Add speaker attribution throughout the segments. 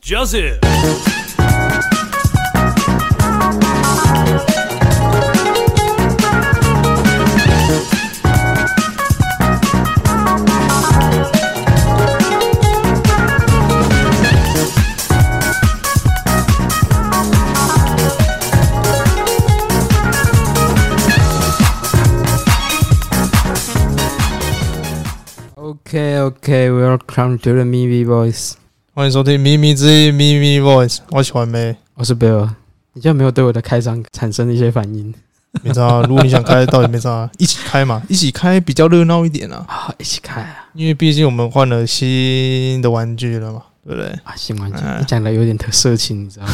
Speaker 1: Joseph。
Speaker 2: OK OK，Welcome to the Movie Boys，
Speaker 3: 欢迎收听《咪咪之音》咪咪 Voice，我喜欢妹。
Speaker 2: 我是 Bill。你就没有对我的开场产生一些反应
Speaker 3: 没差 啊，如果你想开，到底没差啊，一起开嘛，一起开比较热闹一点啊。
Speaker 2: 啊？一起开啊！
Speaker 3: 因为毕竟我们换了新的玩具了嘛，对不对？
Speaker 2: 啊，新玩具，
Speaker 3: 嗯
Speaker 2: 你讲的有点特色情，你知道吗？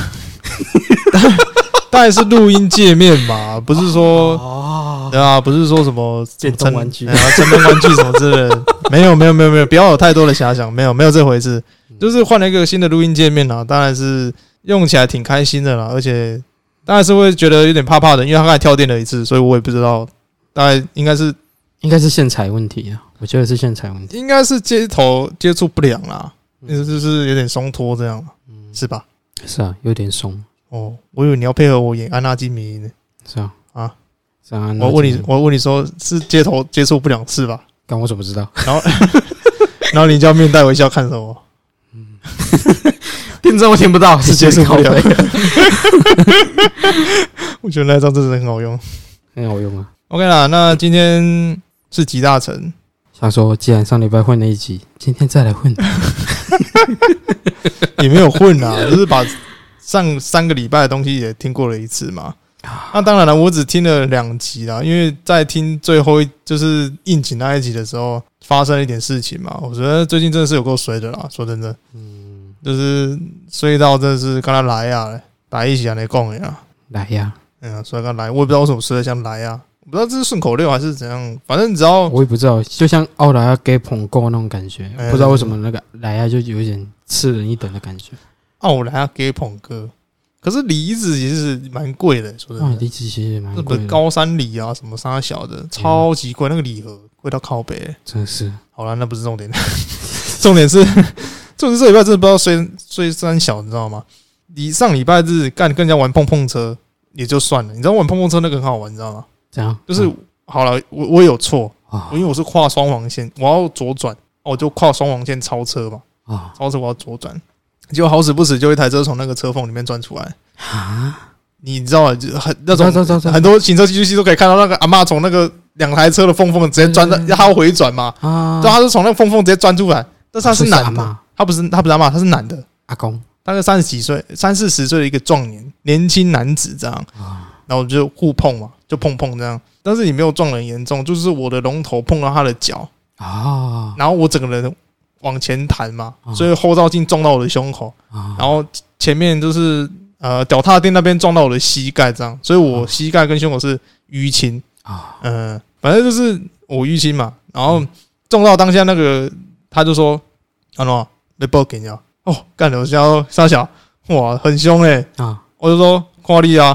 Speaker 3: 当然是录音界面嘛，不是说
Speaker 2: 哦，
Speaker 3: 对啊，不是说什么
Speaker 2: 电动玩具
Speaker 3: 哎呀电动玩具什么之类的。没有没有没有没有，不要有太多的遐想，没有没有这回事，就是换了一个新的录音界面啊，当然是用起来挺开心的啦，而且当然是会觉得有点怕怕的，因为他刚才跳电了一次，所以我也不知道，大概应该是
Speaker 2: 应该是线材问题啊，我觉得是线材问题。
Speaker 3: 应该是接头接触不良啦，意思
Speaker 2: 嗯
Speaker 3: 就是有点松脱这样，是吧？
Speaker 2: 是啊，有点松，
Speaker 3: 哦，我以为你要配合我演安娜基米呢。
Speaker 2: 是啊，
Speaker 3: 啊，
Speaker 2: 是啊。那
Speaker 3: 我问你
Speaker 2: 怎，么，
Speaker 3: 我问你说是接头接触不良是吧？
Speaker 2: 干我怎么知道？
Speaker 3: 然后你就要面带微笑看 着我，
Speaker 2: 听着我听不 到，是
Speaker 3: 接
Speaker 2: 接
Speaker 3: 触
Speaker 2: 受不
Speaker 3: 不良
Speaker 2: 了，。
Speaker 3: 我觉得那张真的很好用。
Speaker 2: 很好用啊。
Speaker 3: OK 啦，那今天是集大成，
Speaker 2: 想说，既然上礼拜混了一集，今天再来 混。
Speaker 3: 也没有 混啊，就是把上三个礼拜的东西也听过了一次嘛。那当然了，我只听了两集啦，因为在听最后一就是应景那一集的时候，发生了一点事情嘛。我觉得最近真的是有够衰的啦，说真的，
Speaker 2: 嗯，
Speaker 3: 就是衰到真的是跟他来呀，来一起啊，来共呀，
Speaker 2: 来呀，
Speaker 3: 哎呀，衰跟他来，我也不知道为什么衰的像来呀，我不知道这是顺口溜还是怎样，反正只要
Speaker 2: 我也不知道，就像奥莱要给捧够那种感觉，
Speaker 3: 哎
Speaker 2: 不知道为什么那个莱亚就有点次人一等的感觉。
Speaker 3: 奥莱啊给捧哥，可是梨子其实蛮贵的，说
Speaker 2: 哇，
Speaker 3: 真的，
Speaker 2: 离啊子其实也蛮
Speaker 3: 日
Speaker 2: 贵
Speaker 3: 本
Speaker 2: 的，
Speaker 3: 高山梨啊什么啥小的，超级贵，那个礼盒贵到靠北。
Speaker 2: 真的是
Speaker 3: 好了，那不是重点， 重点是， 重点是这礼拜真的不知道虽虽三小，你知道吗？你上礼拜日干跟人家玩碰碰车也就算了，你知道玩碰碰车那个很好玩，你知道吗？
Speaker 2: 这样，
Speaker 3: 就是、好了，我我有错，
Speaker 2: 啊
Speaker 3: 因为我是跨双黄线，我要左转，哦我就跨双黄线超车嘛，
Speaker 2: 啊
Speaker 3: 超车我要左转，结果好死不死就一台车从那个车缝里面钻出来，
Speaker 2: 啊！
Speaker 3: 你知道吗？就很那种
Speaker 2: 走走走
Speaker 3: 很多行车记录器都可以看到那个阿嬷从那个两台车的缝缝直接钻到，
Speaker 2: 嗯
Speaker 3: 她要回转嘛，
Speaker 2: 啊，
Speaker 3: 对，她是从那个缝缝直接钻出来，但是她
Speaker 2: 所
Speaker 3: 是
Speaker 2: 以阿
Speaker 3: 男的，
Speaker 2: 妈
Speaker 3: 她不是她不是阿嬷，她是男的，
Speaker 2: 阿公
Speaker 3: 大概三十几岁、三四十岁的一个壮年年轻男子这样，
Speaker 2: 啊，
Speaker 3: 然后就互碰嘛，就碰碰这样，但是也没有撞得很严重，就是我的龙头碰到他的脚，
Speaker 2: 啊
Speaker 3: 然后我整个人往前弹嘛，
Speaker 2: 啊
Speaker 3: 所以后照镜撞到我的胸口，
Speaker 2: 啊
Speaker 3: 然后前面就是呃脚踏垫那边撞到我的膝盖这样，所以我
Speaker 2: 啊
Speaker 3: 膝盖跟胸口是淤青，
Speaker 2: 啊！
Speaker 3: 嗯、反正就是我淤青嘛，然后撞到当下那个他就说，啊喏，被报警了，哦，干了，我叫沙小，哇，很凶哎、
Speaker 2: 啊
Speaker 3: 我就说挂历啊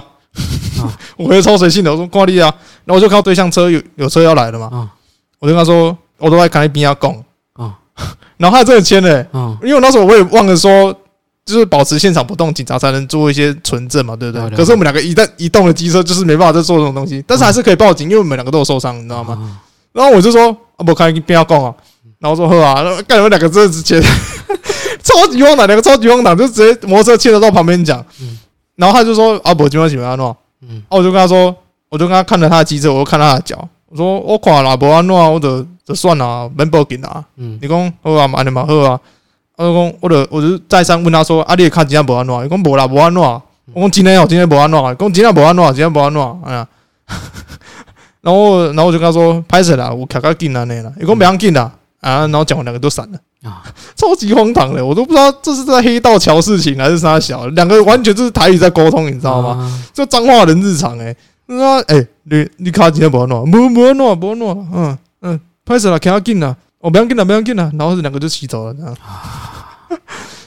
Speaker 2: 啊，
Speaker 3: 我会抽水性的，我说挂历啊，然后我就看到对向车有有车要来了嘛，
Speaker 2: 啊
Speaker 3: 我就跟他说，我都在看一边要拱，
Speaker 2: 啊
Speaker 3: 然后他真的签了欸、
Speaker 2: 啊！
Speaker 3: 因为我那时候我也忘了说。就是保持现场不动，警察才能做一些纯正嘛，对不
Speaker 2: 了
Speaker 3: 对？
Speaker 2: 解
Speaker 3: 可是我们两个一旦移动了机车，就是没办法再做这种东西，但是还是可以报警，因为我们两个都有受伤，你知道吗？
Speaker 2: 吗？
Speaker 3: 然后我就说啊，我看一边要拱啊，然后我说喝啊，然后干你们两个真的直接 超级汪党，两个超级汪党就直接摩托车牵着到旁边讲
Speaker 2: 嗯，
Speaker 3: 然后他就说啊，我今晚喜欢安诺，
Speaker 2: 嗯
Speaker 3: 哦，我就跟他说，我就跟他看了他的机车，我又看他的脚，我说我看啦，无安怎，我就啊就算啦，免报警啦。
Speaker 2: 嗯
Speaker 3: 你讲好啊，安尼嘛好啊。我就讲，我就我就再三问他说，啊，你的卡真正无安怎？伊讲无啦，无安怎？我讲真诶哦，真诶无安怎？伊讲真正无安怎，真正无安怎？哎呀， 然后然后我就跟他说，拍摄啦，我卡较紧安啊尼啦。伊讲袂要紧啦，啊，然后讲完两个都闪了。
Speaker 2: 啊
Speaker 3: 超级荒唐的，我都不知道这是在黑道桥事情还是啥小，两个完全就是台语在沟通，你知道吗？
Speaker 2: 吗？
Speaker 3: 这脏话人日常哎、欸，那哎、欸，你你卡几天不要弄，啊不不要弄，不要弄，嗯嗯，拍死了，看要进了，我啊哦不要进了，不要进了，然后两个就洗走了，这样。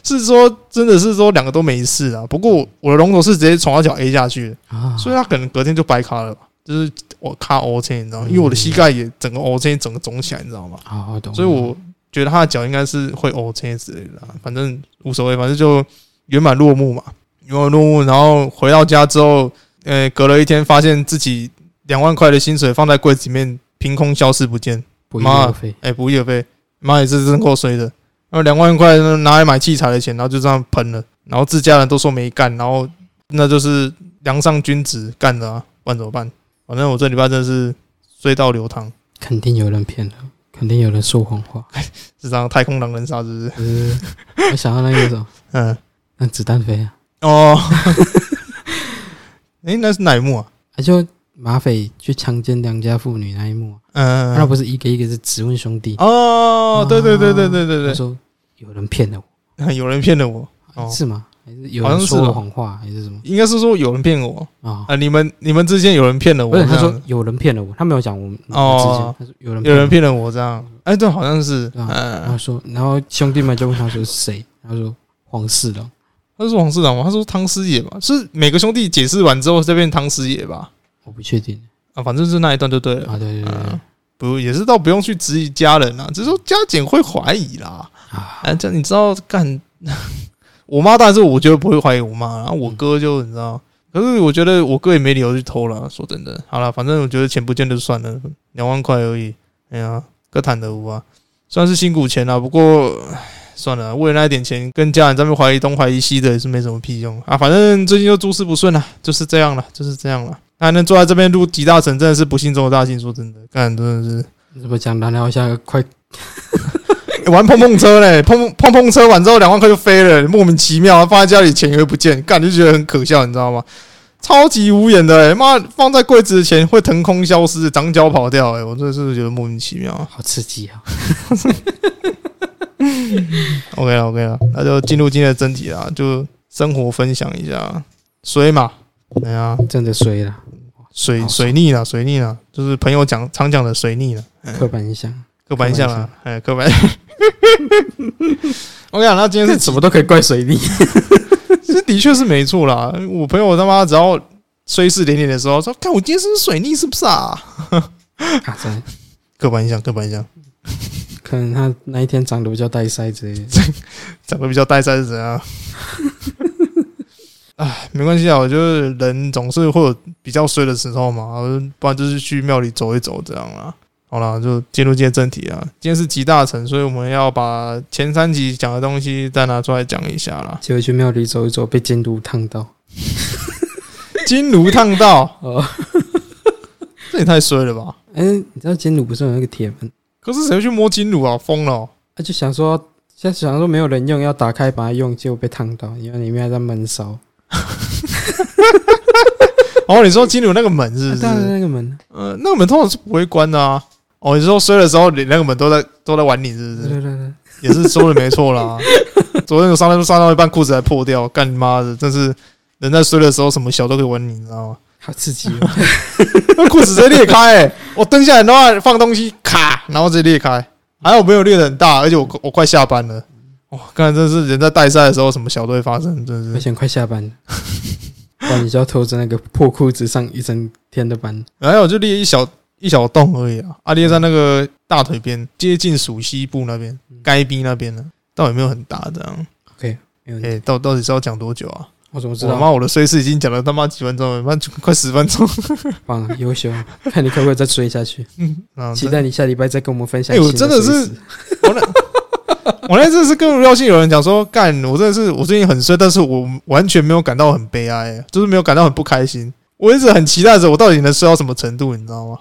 Speaker 3: 是说真的是说两个都没事啊，不过我的龙头是直接从他脚 A 下去的，
Speaker 2: 啊，
Speaker 3: 所以他可能隔天就掰卡了吧，就是我卡 O 切，你知道吗？因为我的膝盖也整个 O 切整个肿起来，你知道吗？
Speaker 2: 好，我懂了。
Speaker 3: 哦所以我觉得他的脚应该是会 O 切之类的啊、反正无所谓，反正就圆满落幕嘛，圆满落幕。然后回到家之后，呃，隔了一天，发现自己两万块的薪水放在柜子里面，凭空消失不见。
Speaker 2: 不亦
Speaker 3: 妈
Speaker 2: 乐乎。
Speaker 3: 哎、不亦乐乎。妈也是真够衰的。然后两万块拿来买器材的钱，然后就这样喷了。然后自家人都说没干，然后那就是梁上君子干的啊，不然怎么办？反正我这礼拜真的是衰到流淌，
Speaker 2: 肯定有人骗了，肯定有人说谎 话。
Speaker 3: 是这样太空狼人杀是不是？
Speaker 2: 就是我想到那个什么，
Speaker 3: 嗯，
Speaker 2: 那子弹飞啊，
Speaker 3: 哦，哎、那是哪一幕啊？
Speaker 2: 啊就马匪去强奸良家妇女那一幕啊，
Speaker 3: 嗯、
Speaker 2: 那不是一个一个是质问兄弟，啊
Speaker 3: 哦，对对对对对
Speaker 2: 他
Speaker 3: 对
Speaker 2: 说有人骗了
Speaker 3: 对，有人骗了我，哦
Speaker 2: 我，是吗？还是有
Speaker 3: 好像
Speaker 2: 人
Speaker 3: 是
Speaker 2: 说
Speaker 3: 哦
Speaker 2: 我谎话还是什么
Speaker 3: 应该是说有人骗我
Speaker 2: 啊？
Speaker 3: 啊，你们你们之间有人骗了
Speaker 2: 不
Speaker 3: 我，
Speaker 2: 是，他
Speaker 3: 这样
Speaker 2: 说有人骗了我，他没有讲我们
Speaker 3: 哦
Speaker 2: 我们之间，他说有人
Speaker 3: 有人
Speaker 2: 骗
Speaker 3: 骗了我这样，哎、对，好像是，
Speaker 2: 对啊我，然
Speaker 3: 嗯，
Speaker 2: 后说，然后兄弟们就问他说是谁，他说黄四郎，
Speaker 3: 他是王市长吗？他说汤师爷吧，是每个兄弟解释完之后再变汤师爷吧，
Speaker 2: 我不确定
Speaker 3: 啊，反正是那一段就对了，
Speaker 2: 啊，对对对对
Speaker 3: 嗯，不也是倒不用去质疑家人啊，只是说家检会怀疑啦，
Speaker 2: 啊，
Speaker 3: 哎，这你知道干，我妈当然是我觉得不会怀疑我妈，然后我哥就你知道，可是我觉得我哥也没理由去偷了。说真的，好了，反正我觉得钱不见就算了，两万块而已，哎呀，哥坦得无啊，虽然是辛苦钱啦，不过唉算了，为了那一点钱跟家人在那边怀疑东怀疑西的也是没什么屁用啊。反正最近又诸事不顺了，就是这样了，就是这样了。还能坐在这边录集大成，真的是不幸中的大幸。说真的，干真的是、
Speaker 2: 你怎么讲？然后下个快
Speaker 3: 欸玩碰碰车嘞，碰碰碰碰车完之后两万块就飞了，莫名其妙放在家里钱又不见，干就觉得很可笑，你知道吗？超级无言的、欸，妈放在柜子的钱会腾空消失，长脚跑掉、欸，我真的是觉得莫名其妙啊。
Speaker 2: 好刺激啊！
Speaker 3: OK 了，OK 了，那就进入今天的正题啦，就生活分享一下，水嘛，哎呀，
Speaker 2: 真的衰了，
Speaker 3: 水
Speaker 2: 好爽
Speaker 3: 水逆啦，水逆啦，就是朋友讲常讲的水逆啦。
Speaker 2: 刻板印象，
Speaker 3: 刻板印象啊，哎，刻板。 我跟你讲，那今天是
Speaker 2: 什么都可以怪水逆。
Speaker 3: 这的确是没错啦。我朋友他妈只要衰事连连的时候，说：“看我今天是不是水逆，是不是啊
Speaker 2: 啊，真的？”
Speaker 3: 刻板印象，刻板印象，
Speaker 2: 可能他那一天长得比较带腮之类的。
Speaker 3: 长得比较呆呆是怎样？ 哎，没关系啊，我觉得人总是会有比较衰的时候嘛，我就不然就是去庙里走一走这样啦。好啦，就进入今天正题啊。今天是集大成，所以我们要把前三集讲的东西再拿出来讲一下啦。
Speaker 2: 结果去庙里走一走，被监督烫到。
Speaker 3: 金炉烫到，
Speaker 2: 哦，
Speaker 3: 这也太衰了吧！
Speaker 2: 哎、你知道监督不是有那个铁门？
Speaker 3: 可是谁会去摸金炉啊？疯了、哦！
Speaker 2: 他、就想说，现在想说没有人用，要打开把它用，结果被烫到，因为里面还在闷烧。啊
Speaker 3: 哦，你说金牛那个门是不是？
Speaker 2: 啊当然那个门，
Speaker 3: 呃，那个门通常是不会关的啊。哦，你是说摔的时候，你那个门都在都在玩你是不
Speaker 2: 对
Speaker 3: 是？
Speaker 2: 对对，
Speaker 3: 也是说的没错啦。 昨天我上班上到一半，裤子还破掉，干你妈的！真是人在摔的时候，什么小都可以玩你，你知道吗？
Speaker 2: 好刺激、哦！
Speaker 3: 那裤子直接裂开、欸，我蹲下来的话放东西，咔，然后直接裂开。还好没有裂的很大，而且我我快下班了。哇、刚才真是人在带赛的时候，什么小都会发生，真
Speaker 2: 而
Speaker 3: 是。
Speaker 2: 且快下班 了，不然你就要拖着那个破裤子上一整天的班。
Speaker 3: 然后我就裂一小一小洞而已啊，啊裂在那个大腿
Speaker 2: 嗯
Speaker 3: 边，接近属西部那边，该逼那边呢，倒也没有很大这样。
Speaker 2: 没有，
Speaker 3: 哎、到到底是要讲多久啊？
Speaker 2: 我怎么嗯知
Speaker 3: 我他
Speaker 2: 道？
Speaker 3: 妈我的碎事已经讲了他妈几分钟了，他妈就快十分 钟。
Speaker 2: 棒啊，优秀！看你可不可以再追下 去？
Speaker 3: 啊
Speaker 2: 期待你下礼拜再跟我们分享
Speaker 3: 哎
Speaker 2: 新
Speaker 3: 我
Speaker 2: 水史。
Speaker 3: 真的是我那我那次是跟廖信有人讲说，干，我真的是我最近很衰，但是我完全没有感到很悲哀，就是没有感到很不开心。我一直很期待着我到底能衰到什么程度，你 知道吗？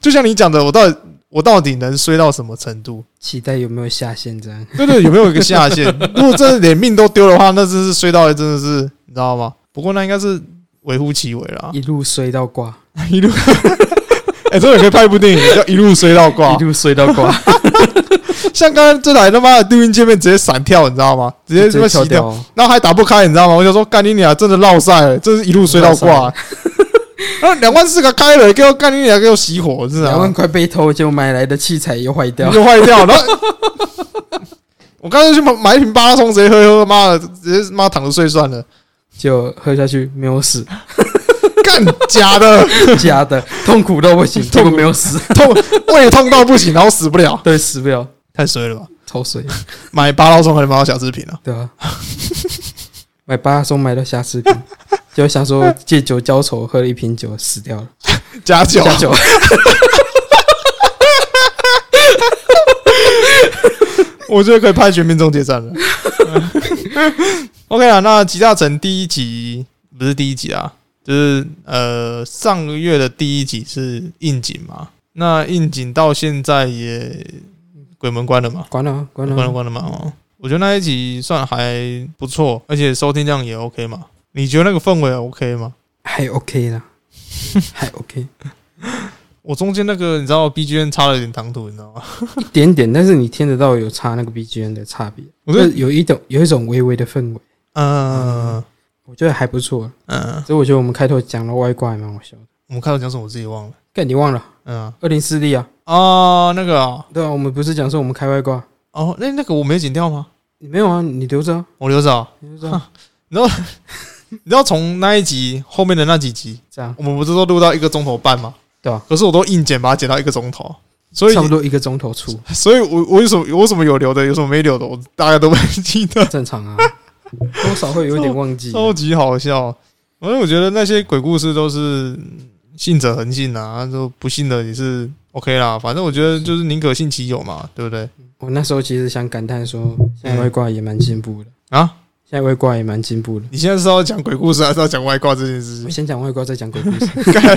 Speaker 3: 就像你讲的，我到底我到底能衰到什么程度？
Speaker 2: 期待有没有下线这样？
Speaker 3: 对对，有没有一个下 限？如果真的连命都丢的话，那真是衰到了，真的是你知道吗？不过那应该是微乎其微啦，
Speaker 2: 一路衰到挂，
Speaker 3: 一路。 哎、这个可以拍一部电影，叫 《一路衰到挂
Speaker 2: 一》。路衰到挂，
Speaker 3: 像刚刚这台他妈的录音界面直接闪跳，你知道吗？直接他妈洗
Speaker 2: 敲
Speaker 3: 掉，
Speaker 2: 掉哦。
Speaker 3: 然后还打不开，你知道吗？我就说干你俩真的落赛了，真是一路衰到挂。 然后两万四个开了，给我干你俩给我熄火，真的啊
Speaker 2: 两万块被偷，结果买来的器材又坏 掉。
Speaker 3: 就坏掉。然后我刚才去买买一瓶巴拉松，直接喝一喝，妈的，直接妈躺着睡算了。
Speaker 2: 就喝下去没有死，
Speaker 3: 干假的，
Speaker 2: 假 的，痛苦到不行，
Speaker 3: 痛
Speaker 2: 痛
Speaker 3: 苦
Speaker 2: 苦没有死，
Speaker 3: 痛胃痛到不行，然后死不了，
Speaker 2: 对，死不了，
Speaker 3: 太衰了吧！
Speaker 2: 超水，
Speaker 3: 买八道松可能买到小制品了、
Speaker 2: 对吧、买巴松买到瑕疵品，就想说借酒浇愁，喝了一瓶酒死掉了，
Speaker 3: 加 酒，
Speaker 2: 加酒，
Speaker 3: 我觉得可以拍《全面终结战》了。OK 啊，那《极大城》第一集不是第一集啊，就是呃上个月的第一集是应景嘛？那应景到现在也鬼门关了嘛？
Speaker 2: 关了关
Speaker 3: 关了
Speaker 2: 了，
Speaker 3: 关了嘛？哦，我觉得那一集算还不错，而且收听量也 OK 嘛？你觉得那个氛围 OK 吗？
Speaker 2: 还 OK 啦，还 OK
Speaker 3: 我中间那个你知道 BGM 插了一点唐突，你知道吗？
Speaker 2: 一点点，但是你听得到有差那个 BGM 的差别，
Speaker 3: 我觉得
Speaker 2: 就是有一种有一种微微的氛围，
Speaker 3: 嗯
Speaker 2: 我觉得还不错。啊
Speaker 3: 嗯，
Speaker 2: 所以我觉得我们开头讲了外挂还蛮好笑的，
Speaker 3: 我们开头讲什么我自己忘了。
Speaker 2: 但你忘了
Speaker 3: 嗯啊
Speaker 2: 二零四力啊？
Speaker 3: 哦，那个啊
Speaker 2: 对啊，我们不是讲说我们开外挂？
Speaker 3: 哦，那那个我没有剪掉吗？
Speaker 2: 你没有啊，你留着啊，
Speaker 3: 我留着啊。
Speaker 2: 你留着啊，
Speaker 3: 你知道从那一集后面的那几集，
Speaker 2: 这样
Speaker 3: 我们不是都录到一个钟头半吗？
Speaker 2: 对啊
Speaker 3: 可是我都硬剪把它剪到一个钟头，所以
Speaker 2: 差不多一个钟头 出，
Speaker 3: 所以我我为什么我为什么有留的，有什么没留的，我大概都没记得。
Speaker 2: 正常啊，多少会有一点忘记啊。
Speaker 3: 超级好笑。反正我觉得那些鬼故事都是嗯信者恒信啊，就不信的也是 OK 啦。反正我觉得就是宁可信其有嘛，对不对？
Speaker 2: 我那时候其实想感叹说，现在外挂也蛮进步的
Speaker 3: 啊。
Speaker 2: 现在外挂也蛮进步的。
Speaker 3: 你现在是要讲鬼故事，还是要讲外挂这件
Speaker 2: 我
Speaker 3: 事 情？
Speaker 2: 先讲外挂，再讲鬼故事，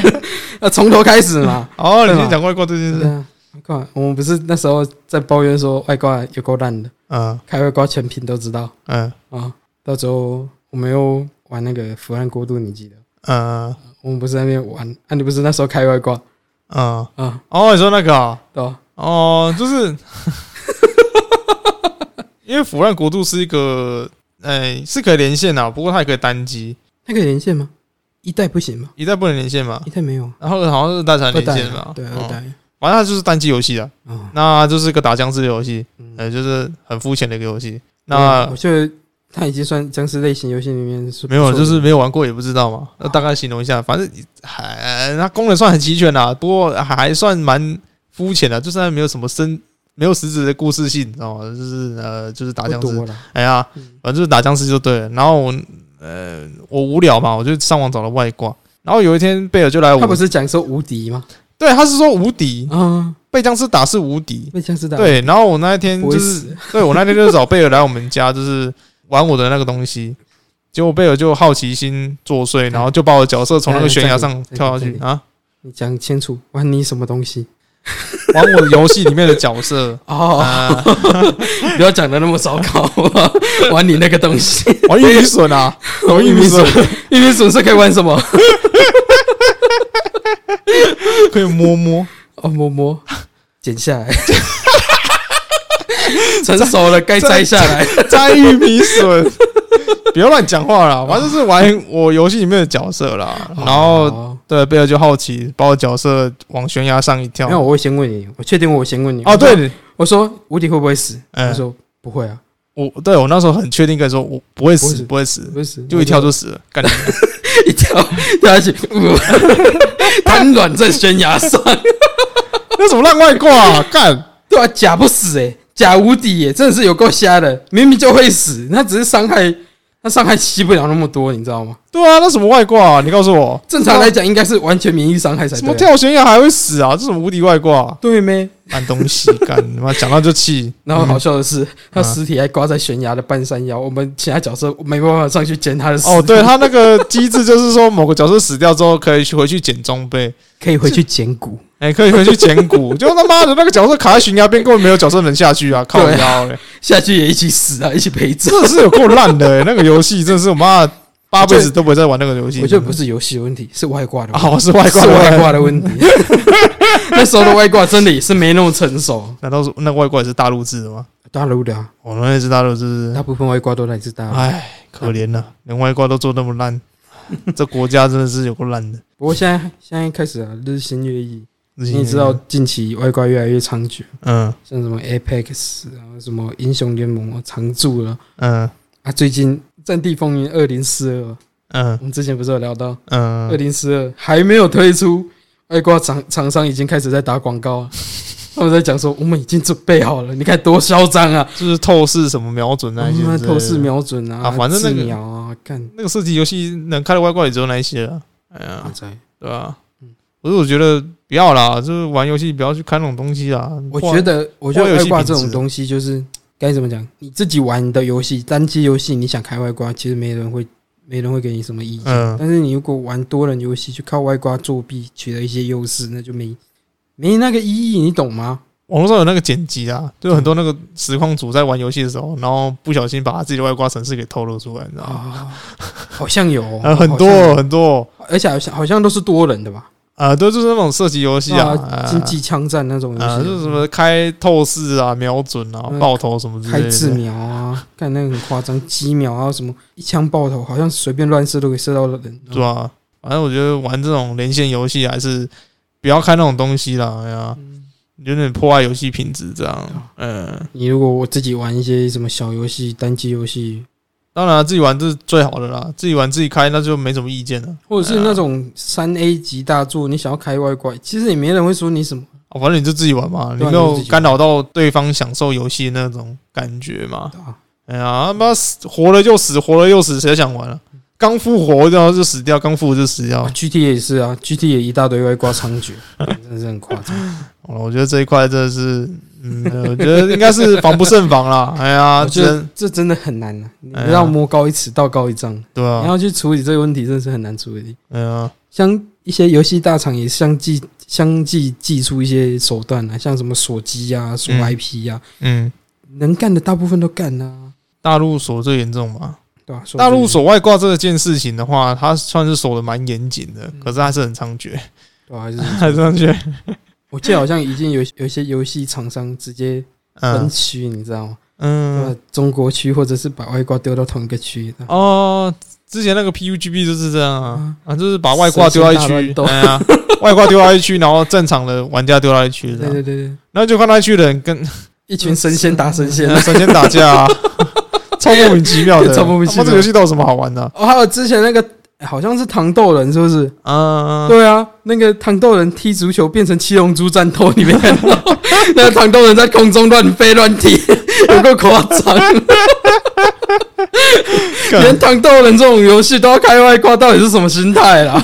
Speaker 2: 要从头开始嘛。
Speaker 3: 哦，你
Speaker 2: 对嘛
Speaker 3: 先讲外挂这件
Speaker 2: 对
Speaker 3: 事。
Speaker 2: 啊，外挂，我们不是那时候在抱怨说外挂有够烂的，
Speaker 3: 嗯
Speaker 2: 开外挂全屏都知道
Speaker 3: 嗯
Speaker 2: 啊。到时候我们又玩那个伏案过渡，你记得？
Speaker 3: 嗯
Speaker 2: 我们不是在那边玩，啊，你不是那时候开外挂
Speaker 3: 嗯。
Speaker 2: 啊？
Speaker 3: 哦，你说那个啊、
Speaker 2: 对吧？
Speaker 3: 哦，就是 因为腐烂国度是一个，哎、是可以连线啊，不过它也可以单机，
Speaker 2: 那个连线吗？一代不行吗？
Speaker 3: 一代不能连线嘛
Speaker 2: 一，代没有啊，
Speaker 3: 然后好像是单才
Speaker 2: 二
Speaker 3: 能连
Speaker 2: 代
Speaker 3: 线
Speaker 2: 啊
Speaker 3: 嘛，
Speaker 2: 对，
Speaker 3: 嗯
Speaker 2: 二代
Speaker 3: 反正它就是单机游戏啊，
Speaker 2: 啊。
Speaker 3: 那就是个打僵尸的游戏，
Speaker 2: 嗯
Speaker 3: 呃，就是很肤浅的一个游戏。
Speaker 2: 嗯
Speaker 3: 那
Speaker 2: 我觉得它已经算僵尸类型游戏里面是
Speaker 3: 没有，
Speaker 2: 不错啊的
Speaker 3: 就是没有玩过也不知道嘛。那大概形容一下，反正还那功能算很齐全啦，不过还算蛮肤浅的，啊就是它没有什么深，没有实质的故事性，你知道吗？就是呃，就是打僵
Speaker 2: 不
Speaker 3: 尸，
Speaker 2: 多了。
Speaker 3: 哎呀
Speaker 2: 嗯，
Speaker 3: 反正就是打僵尸就对了。然后我呃，我无聊嘛，我就上网找了外挂。然后有一天贝尔就来我
Speaker 2: 他，不是讲说无敌吗？
Speaker 3: 对，他是说无敌，
Speaker 2: 啊，
Speaker 3: 被僵尸打是无敌。
Speaker 2: 被僵尸打
Speaker 3: 对，然后我那一天
Speaker 2: 不会
Speaker 3: 就是
Speaker 2: 死，
Speaker 3: 对我那天就是找贝尔来我们家，就是玩我的那个东西。结果贝尔就好奇心作祟，然后就把我角色从那个悬崖上跳下去啊，
Speaker 2: 你讲清楚，玩你什么东西？
Speaker 3: 玩我游戏里面的角色，
Speaker 2: 哦，
Speaker 3: 啊，
Speaker 2: 不要讲的那么糟糕，啊 玩你那个东西。
Speaker 3: 玩玉米笋啊，玩玉米笋
Speaker 2: 玉米笋是可以玩什么？
Speaker 3: 可以摸摸，
Speaker 2: 哦，摸摸，剪下来，成熟了该摘下来。
Speaker 3: 摘玉米笋， 不要乱讲话啦，反正就是玩我游戏里面的角色啦。然后
Speaker 2: 哦
Speaker 3: 对贝尔就好奇，把我角色往悬崖上一跳
Speaker 2: 没。有，我会先问你，我确定我先问你。
Speaker 3: 哦，对，
Speaker 2: 我说无敌会不会死？
Speaker 3: 嗯
Speaker 2: 他，说不会啊，
Speaker 3: 我对我那时候很确定跟你说，我不
Speaker 2: 不会
Speaker 3: 会死，
Speaker 2: 死
Speaker 3: 不会死
Speaker 2: 不，会死，
Speaker 3: 就一跳就死了，干你娘！
Speaker 2: 一跳跳下去， 呃瘫软在悬崖上。
Speaker 3: 那什么烂外挂啊？干！
Speaker 2: 对啊，假不死哎、假无敌耶、真的是有够瞎的，明明就会死，他只是伤害，他伤害吸不了那么多，你知道吗？
Speaker 3: 对啊，那什么外挂、啊？你告诉我，
Speaker 2: 正常来讲应该是完全免疫伤害才
Speaker 3: 什么
Speaker 2: 对啊、
Speaker 3: 跳悬崖还会死啊？这什么无敌外挂、啊？
Speaker 2: 对咩？
Speaker 3: 烂东西，干！他妈讲到就气。
Speaker 2: 然后好
Speaker 3: 嗯
Speaker 2: 笑的是，他
Speaker 3: 啊
Speaker 2: 尸体还挂在悬崖的半山腰，我们其他角色没办法 上去捡他的尸体。
Speaker 3: 哦，对，他那个机制就是说，某个角色死掉之后可以去回去捡装备，
Speaker 2: 可以回去捡骨。
Speaker 3: 哎、可以回去捡 骨。就他妈的那个角色卡在悬崖边，根本没有角色能下去啊！靠
Speaker 2: 对
Speaker 3: 腰嘞，
Speaker 2: 下去也一起死啊，一起陪着。
Speaker 3: 真的是有够烂的、欸，那个游戏真的是我妈的八辈子都不会再玩那个游戏。
Speaker 2: 我觉得不是游戏的问题，是外挂的问题，
Speaker 3: 哦，是外挂，
Speaker 2: 是外挂。的问题。 那时候的外挂真的也是没那么成熟，
Speaker 3: 难道是那外挂也是大陆制的吗？
Speaker 2: 大陆的啊，
Speaker 3: 我那也是大陆制是不是。
Speaker 2: 大部分外挂都来自大陆。
Speaker 3: 唉，可怜啊了，啊哎连外挂都做那么 烂，这国家真的是有够烂的。
Speaker 2: 不过现在现在开始啊，日新月异，
Speaker 3: 日新月异
Speaker 2: 你知道，近期外挂越来越猖獗，
Speaker 3: 嗯
Speaker 2: 像什么 Apex 啊，什么英雄联盟啊，常驻了
Speaker 3: 嗯
Speaker 2: 啊，最近《战地风云二零四二》，
Speaker 3: 嗯
Speaker 2: 我们之前不是有聊到二
Speaker 3: 嗯，
Speaker 2: 零四二还没有推出，外挂厂厂商已经开始在打广 告了，啊他们在讲说我们已经准备好了，你看多嚣张啊！
Speaker 3: 就是透视什么瞄准那一些之类
Speaker 2: 嗯
Speaker 3: 的，
Speaker 2: 透视瞄准
Speaker 3: 啊
Speaker 2: 啊，
Speaker 3: 反正那
Speaker 2: 自
Speaker 3: 个
Speaker 2: 瞄啊，啊，干
Speaker 3: 那个射击游戏能开的外挂也只有那一些了。哎呀
Speaker 2: 啊，，在，
Speaker 3: 对吧
Speaker 2: 嗯？
Speaker 3: 可是我觉得不要啦，就是玩游戏不要去看那种东西啊啦。
Speaker 2: 我
Speaker 3: 哇
Speaker 2: 觉得我觉得
Speaker 3: 游戏
Speaker 2: 外挂
Speaker 3: 品
Speaker 2: 这
Speaker 3: 质
Speaker 2: 种东西就是该怎么讲，你自己玩的游戏，单机游戏你想开外挂，其实没人会没人会给你什么意见。
Speaker 3: 嗯
Speaker 2: 但是你如果玩多人游戏，去靠外挂作弊取得一些优势，那就没没那个意义，你懂吗？
Speaker 3: 网络上有那个剪辑啊，就有很多那个实况组在玩游戏的时候，然后不小心把他自己的外挂程式给透露出来，你知道吗？
Speaker 2: 啊，好像有哦、
Speaker 3: 呃，很
Speaker 2: 好像
Speaker 3: 多
Speaker 2: 有，
Speaker 3: 很多，
Speaker 2: 而且好像好像都是多人的吧？
Speaker 3: 呃，都就是那种射击游戏啊，
Speaker 2: 竞
Speaker 3: 呃
Speaker 2: 技枪战那种游戏、
Speaker 3: 呃，就是什么开透视啊、瞄准啊
Speaker 2: 嗯、
Speaker 3: 爆头什么之
Speaker 2: 开
Speaker 3: 类
Speaker 2: 自
Speaker 3: 的。
Speaker 2: 瞄啊，干那个很夸张，几秒啊什么一枪爆头，好像随便乱射都可以射到人。
Speaker 3: 对啊吧、反正我觉得玩这种连线游戏还是不要看那种东西啦，哎呀，
Speaker 2: 嗯
Speaker 3: 有点破坏游戏品质这
Speaker 2: 哦
Speaker 3: 样。嗯，
Speaker 2: 你如果我自己玩一些什么小游戏、单机游戏，
Speaker 3: 当然啊自己玩这是最好的啦，自己玩自己开那就没什么意见了。
Speaker 2: 或者是那种三 A 级大作，你想要开外挂，其实也没人会说你什么。
Speaker 3: 啊反正你就自己玩嘛，你
Speaker 2: 对啊你
Speaker 3: 没
Speaker 2: 就
Speaker 3: 有
Speaker 2: 自己玩
Speaker 3: 干扰到对方享受游戏的那种感觉嘛。
Speaker 2: 啊
Speaker 3: 哎呀，他妈死活了就死，活了又死，谁想玩啊？
Speaker 2: 嗯
Speaker 3: 刚复活然后就死掉，刚复活就死掉
Speaker 2: 啊。，GT 也是啊，GT 也一大堆外挂猖 獗，真的是很夸张。
Speaker 3: 好了我觉得这一块真的是，嗯，我觉得应该是防不胜 防啦。哎呀，
Speaker 2: 我觉得
Speaker 3: 真
Speaker 2: 这真的很难啊，你
Speaker 3: 哎呀
Speaker 2: 要魔高一尺，道高一丈，
Speaker 3: 对啊
Speaker 2: 你，要去处理这个问题，真的是很难处理。
Speaker 3: 嗯、
Speaker 2: 像一些游戏大厂也相继相继祭出一些手段啊，像什么锁机啊、锁
Speaker 3: 嗯
Speaker 2: IP 啊，
Speaker 3: 嗯，
Speaker 2: 能干的大部分都干啊，
Speaker 3: 大陆锁最严重嘛。
Speaker 2: 对吧、
Speaker 3: 大陆锁外挂这件事情的话，它算是锁的蛮严谨的，可是还是很猖獗，
Speaker 2: 对嗯 吧、还是
Speaker 3: 很猖獗。
Speaker 2: 我记得好像已经有有一些游戏厂商直接分
Speaker 3: 嗯
Speaker 2: 区，你知道吗？
Speaker 3: 嗯
Speaker 2: 把中国区或者是把外挂丢到同一个区，这样
Speaker 3: 哦，之前那个 PUGB 就是这样啊，啊，就是把外挂
Speaker 2: 嗯神仙
Speaker 3: 丢到一
Speaker 2: 大乱
Speaker 3: 区，
Speaker 2: 斗
Speaker 3: 哎呀， 外挂丢到一区，然后正常的玩家丢到一区，这
Speaker 2: 对
Speaker 3: 样
Speaker 2: 对对对，
Speaker 3: 然后就看到一区的 人跟
Speaker 2: 一群神仙打神仙。
Speaker 3: 神仙打架啊，超莫名其妙的，啊
Speaker 2: 超莫名其妙
Speaker 3: 他妈这个游戏到底有什么好玩的？ 啊
Speaker 2: 哦，还有之前那个哎好像是糖豆人，是不是？
Speaker 3: 嗯，
Speaker 2: 对啊，那个糖豆人踢足球变成七龙珠战斗， 你没看到？那个糖豆人在空中乱飞乱 踢，有够夸 张！
Speaker 3: 干
Speaker 2: 连糖豆人这种游戏都要开外挂，到底是什么心态啦？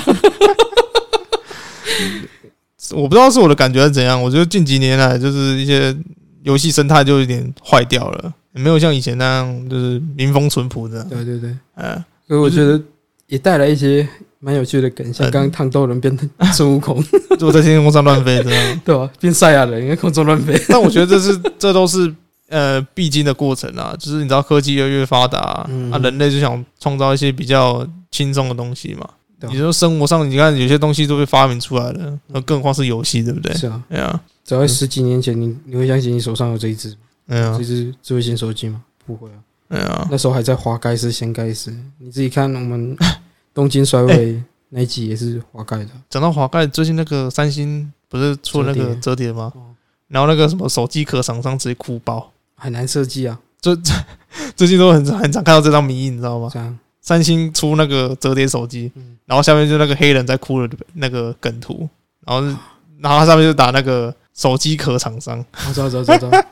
Speaker 3: 我不知道是我的感觉还是怎样，我觉得近几年来就是一些游戏生态就有点坏掉了，没有像以前那样就是民风淳朴的。
Speaker 2: 对对对，
Speaker 3: 嗯，
Speaker 2: 所以我觉得也带来一些蛮有趣的梗，像刚刚糖豆人变成孙悟 空，
Speaker 3: 就我在天空上乱飞这样。
Speaker 2: 对吧、变赛亚人，因为空中乱飞。
Speaker 3: 但我觉得这是这都是呃必经的过程啊，就是你知道科技越来越发达啊，
Speaker 2: 嗯
Speaker 3: 啊人类就想创造一些比较轻松的东西嘛。
Speaker 2: 对啊
Speaker 3: 你说生活上，你看有些东西都被发明出来了，那更何况是游戏，对不对？
Speaker 2: 是啊，
Speaker 3: 对啊，
Speaker 2: 只要十几年前，你你会相信你手上有这一只
Speaker 3: 对啊
Speaker 2: 这，只智慧型手机吗？不会啊，
Speaker 3: 对啊，
Speaker 2: 那时候还在滑盖式、掀盖式。你自己看我们东京衰微那一集也是滑盖的，
Speaker 3: 讲到华盖，最近那个三星不是出了那个折叠吗
Speaker 2: 哦？
Speaker 3: 然后那个什么手机壳厂商直接哭爆，
Speaker 2: 很难设计啊，
Speaker 3: 最最近都很很常看到这张迷因，你知道吗？
Speaker 2: 这样
Speaker 3: 三星出那个折叠手机
Speaker 2: 嗯，
Speaker 3: 然后下面就那个黑人在哭的那个梗图，然后然后它上面就打那个手机壳厂商
Speaker 2: 我知道，知道，知道，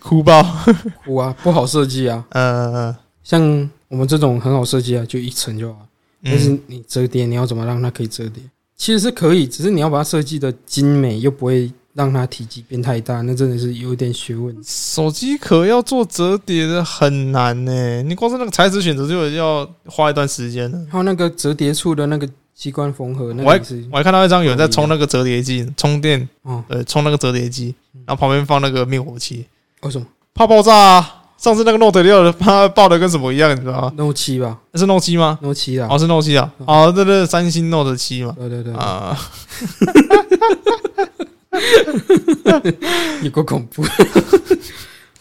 Speaker 3: 哭爆，
Speaker 2: 啊哭啊，不好设计啊。
Speaker 3: 呃，
Speaker 2: 像我们这种很好设计啊，就一层就好了。但是
Speaker 3: 嗯，
Speaker 2: 你折叠，你要怎么让它可以折叠？其实是可以，只是你要把它设计的精美，又不会让它体积变太大，那真的是有点学问。
Speaker 3: 手机壳要做折叠的很难呢，你光是那个材质选择就要花一段时间了。
Speaker 2: 还有那个折叠处的那个机关缝合，那
Speaker 3: 我
Speaker 2: 个
Speaker 3: 还
Speaker 2: 也是
Speaker 3: 我还看到一张有人在充那个折叠机，充电，
Speaker 2: 哦，
Speaker 3: 呃，充那个折叠机，然后旁边放那个灭火器，
Speaker 2: 为什么
Speaker 3: 怕爆炸啊！上次那个 Note 六的，怕爆的跟什么一样，你知道吗？
Speaker 2: ？No 七吧
Speaker 3: 那是 Note 七吗？
Speaker 2: ，No 七啦，
Speaker 3: 哦，是 Note 七啊，哦，这是三星 Note 七嘛，
Speaker 2: 对对对，
Speaker 3: 啊，
Speaker 2: 有够恐怖。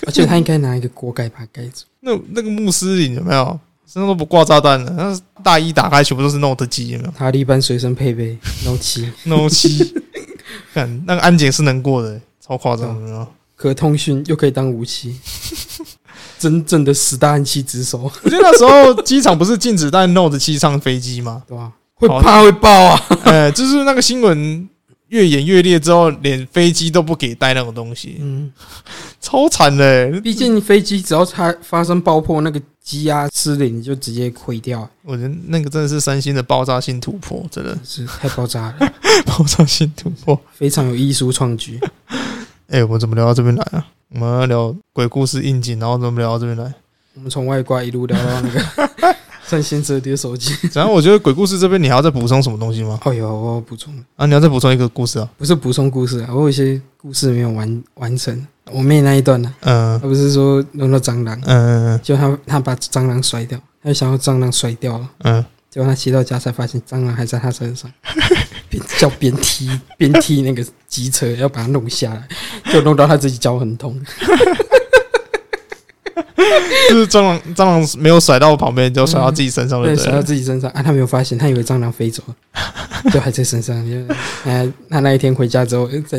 Speaker 2: 而且他应该拿一个锅盖把它盖住，
Speaker 3: 那那个穆斯林有没有？身上都不挂炸弹的，那大衣打开全部都是 Note 七，有没有
Speaker 2: 塔利班随身配备 No 七，
Speaker 3: ？Note 七，看那个安检是能过的，超夸张，有没有？
Speaker 2: 可通讯又可以当武器，真正的十大暗器之首，
Speaker 3: 我记得那时候机场不是禁 止带 Note 七上飞机吗？哎
Speaker 2: 对吧？会
Speaker 3: 好
Speaker 2: 怕会爆啊！
Speaker 3: 呃，就是那个新闻越演越烈之后，连飞机都不给带那种东西，
Speaker 2: 嗯，
Speaker 3: 超惨的、欸。
Speaker 2: 毕竟飞机只要它发生爆破，那个机压失灵就直接毁掉，
Speaker 3: 我觉得那个真的是三星的爆炸性突破，真的
Speaker 2: 是太爆炸了，
Speaker 3: 爆炸性突破。
Speaker 2: 非常有艺术创举。
Speaker 3: 哎、我怎么聊到这边来啊？我们要聊鬼故事应景，然后怎么聊到这边来？
Speaker 2: 我们从外挂一路聊到那个三星折叠手机。
Speaker 3: 反正我觉得鬼故事这边你还要再补充什么东西吗？
Speaker 2: 哦哟，我补充了，
Speaker 3: 啊，你要再补充一个故事啊？
Speaker 2: 不是补充故事啊，我有一些故事没有完完成。我妹那一段啊呢、
Speaker 3: 嗯
Speaker 2: 她不是说弄到蟑螂，
Speaker 3: 嗯嗯
Speaker 2: 结果她她把蟑螂甩掉，她就想要蟑螂甩掉了，
Speaker 3: 嗯，
Speaker 2: 结果她骑到家才发现蟑螂还在她身上，边叫边踢边踢那个机车，要把它弄下来，就弄到她自己脚很痛。
Speaker 3: 就是蟑螂，蟑螂没有甩到旁边，就甩到自己身上了。
Speaker 2: 对，
Speaker 3: 哦对
Speaker 2: 甩到自己身上啊！他没有发现，他以为蟑螂飞走了，就还在身上。就哎，他那一天回家之后，在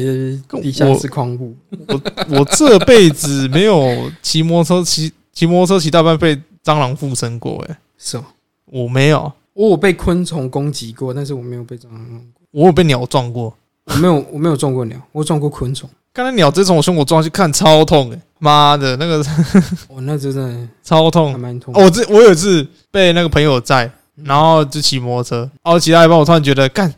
Speaker 2: 地下室狂舞，
Speaker 3: 我我这辈子没有骑摩托车骑骑摩托车骑到半被蟑螂附身过、欸，
Speaker 2: 是哦。
Speaker 3: 我没有，
Speaker 2: 我有被昆虫攻击过，但是我没有被蟑螂弄过。
Speaker 3: 我有被鸟撞过。
Speaker 2: 我没有，我没有撞过鸟，我撞过昆虫。
Speaker 3: 刚才鸟直接从我胸口撞下去，看超痛、欸，妈的，那个
Speaker 2: 我那真的
Speaker 3: 超痛
Speaker 2: 还。蛮痛。
Speaker 3: 哦，我这我有一次被那个朋友载，然后就骑摩托车，然后骑到一半，我突然觉得，干，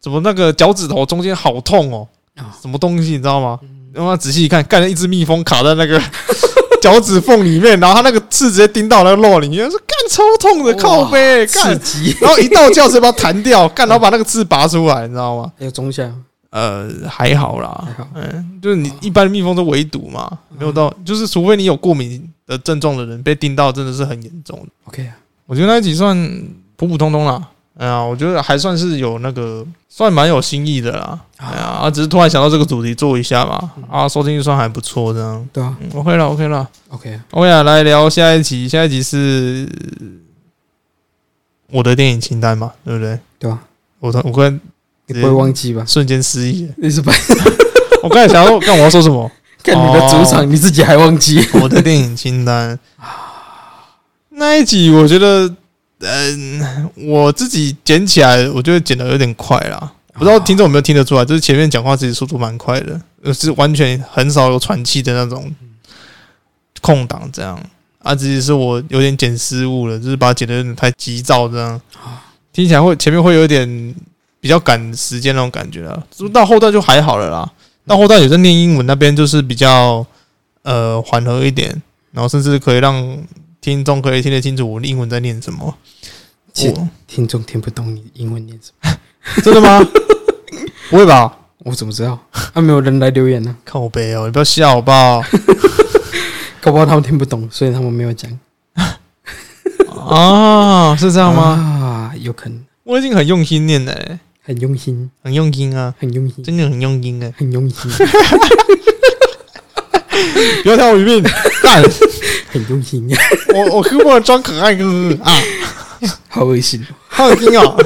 Speaker 3: 怎么那个脚趾头中间好痛哦
Speaker 2: 啊，
Speaker 3: 什么东西你知道吗？
Speaker 2: 嗯
Speaker 3: 然后仔细一看，干了一只蜜蜂卡在那个 脚趾缝里面，然后它那个刺直接钉到那个肉里面，说干超痛的，
Speaker 2: 哇
Speaker 3: 靠背
Speaker 2: 刺
Speaker 3: 干，
Speaker 2: 激，
Speaker 3: 然后一到教室把它弹掉，干，然后把那个刺拔出来，你知道吗？
Speaker 2: 还有中下，
Speaker 3: 呃，还好啦
Speaker 2: 还，好
Speaker 3: 嗯，就是你一般的蜜蜂都围堵嘛，没有到，就是除非你有过敏的症状的人被叮到，真的是很严重的。
Speaker 2: OK 啊，
Speaker 3: 我觉得那一集算普普通通啦。哎呀，我觉得还算是有那个，算蛮有新意的啦。
Speaker 2: 啊
Speaker 3: 哎呀，啊只是突然想到这个主题做一下嘛，啊，收听率算还不错这样。
Speaker 2: 对啊
Speaker 3: 嗯，OK 了，OK 了
Speaker 2: ，OK 啊，
Speaker 3: ，OK 了，来聊下一集，下一集是我的电影清单嘛，对不对？
Speaker 2: 对啊，
Speaker 3: 我突我突然
Speaker 2: 你不会忘记吧？
Speaker 3: 瞬间失 忆了，
Speaker 2: 你是把
Speaker 3: 我刚才想要看我要说什么，
Speaker 2: 看你的主场，你自己还忘记？
Speaker 3: 哦我的电影清单 那一集，我觉得，嗯，我自己剪起来，我觉得剪的有点快啦。不知道听众有没有听得出来，就是前面讲话其实速度蛮快的，就是完全很少有喘气的那种空档，这样啊，只是我有点剪失误了，就是把它剪的有点太急躁，这样听起来会前面会有点比较赶时间那种感觉啦。就是到后段就还好了啦，到后段有在念英文那边就是比较呃缓和一点，然后甚至可以让听众可以听得清楚我英文在念什么。哦
Speaker 2: 其
Speaker 3: 我
Speaker 2: 听众听不懂你英文念什么，
Speaker 3: 真 的吗？不会吧？
Speaker 2: 我怎么知道？啊，没有人来留言呢、
Speaker 3: 靠背哦，你不要笑好不好？
Speaker 2: 搞不好他们听不懂，所以他们没有讲，知
Speaker 3: 啊，是这样吗？
Speaker 2: 啊，有可能，
Speaker 3: 我已经很用心念了、欸，
Speaker 2: 很用心，
Speaker 3: 很用心啊，
Speaker 2: 很用心，
Speaker 3: 真的很用心哎、
Speaker 2: 很用心，
Speaker 3: 不要挑我语病， 干！
Speaker 2: 很用心，
Speaker 3: 我我刻薄的装可爱哥哥啊，
Speaker 2: 好恶心哦！
Speaker 3: 好用心哦。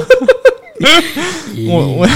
Speaker 3: 我我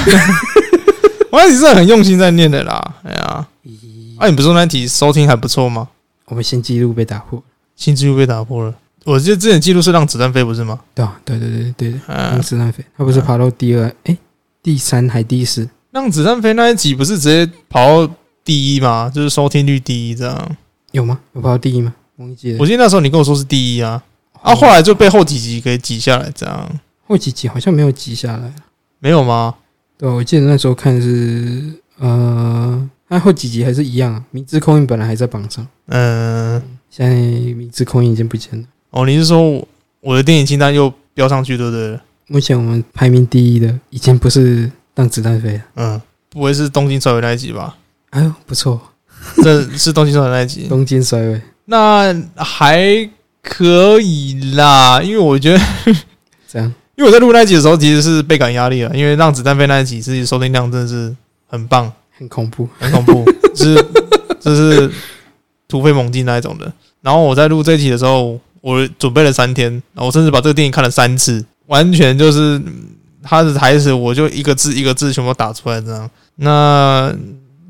Speaker 3: 我那题是很用心在念的啦，哎呀，
Speaker 2: 咦
Speaker 3: 啊，你不是说那题收听还不错吗？
Speaker 2: 我们新纪录被打破，
Speaker 3: 新纪录被打破了，我记得之前记录是让子弹飞，不是吗？
Speaker 2: 对啊，对对对对对，
Speaker 3: 嗯
Speaker 2: 让，子弹飞，他不是
Speaker 3: 啊
Speaker 2: 爬到第二，哎，第三还第四？
Speaker 3: 让子弹飞那一集不是直接跑到第一吗？就是收听率第一这样。
Speaker 2: 有吗？有爬到第一吗？我忘记了哦
Speaker 3: 我，记得那时候你跟我说是第一啊，啊，后来就被后几集给挤下来这样，
Speaker 2: 后几集好像没有集下来，
Speaker 3: 没有吗？
Speaker 2: 对啊，我记得那时候看是呃，那后几集还是一样啊，迷之空印本来还在榜上，
Speaker 3: 嗯，
Speaker 2: 现在迷之空印已经不见了。
Speaker 3: 哦，你是说我我的电影清单又飙上去，对不对？
Speaker 2: 目前我们排名第一的已经不是让子弹飞了。
Speaker 3: 嗯，不会是东京甩尾那一集吧？
Speaker 2: 哎呦，不错，
Speaker 3: 这是东京甩尾那 一集，
Speaker 2: 东京甩尾，
Speaker 3: 那还可以啦，因为我觉得，
Speaker 2: 这样
Speaker 3: 因为我在录那一集的时候其实是倍感压力了，因为让子弹飞那一集自己收听量真的是很棒。
Speaker 2: 很恐怖。
Speaker 3: 很恐怖， 就是就是突飞猛进那一种的。然后我在录这一集的时候，我准备了三天，然后我甚至把这个电影看了三次，完全就是嗯它的台词，我就一个字一个字全部打出来这样。那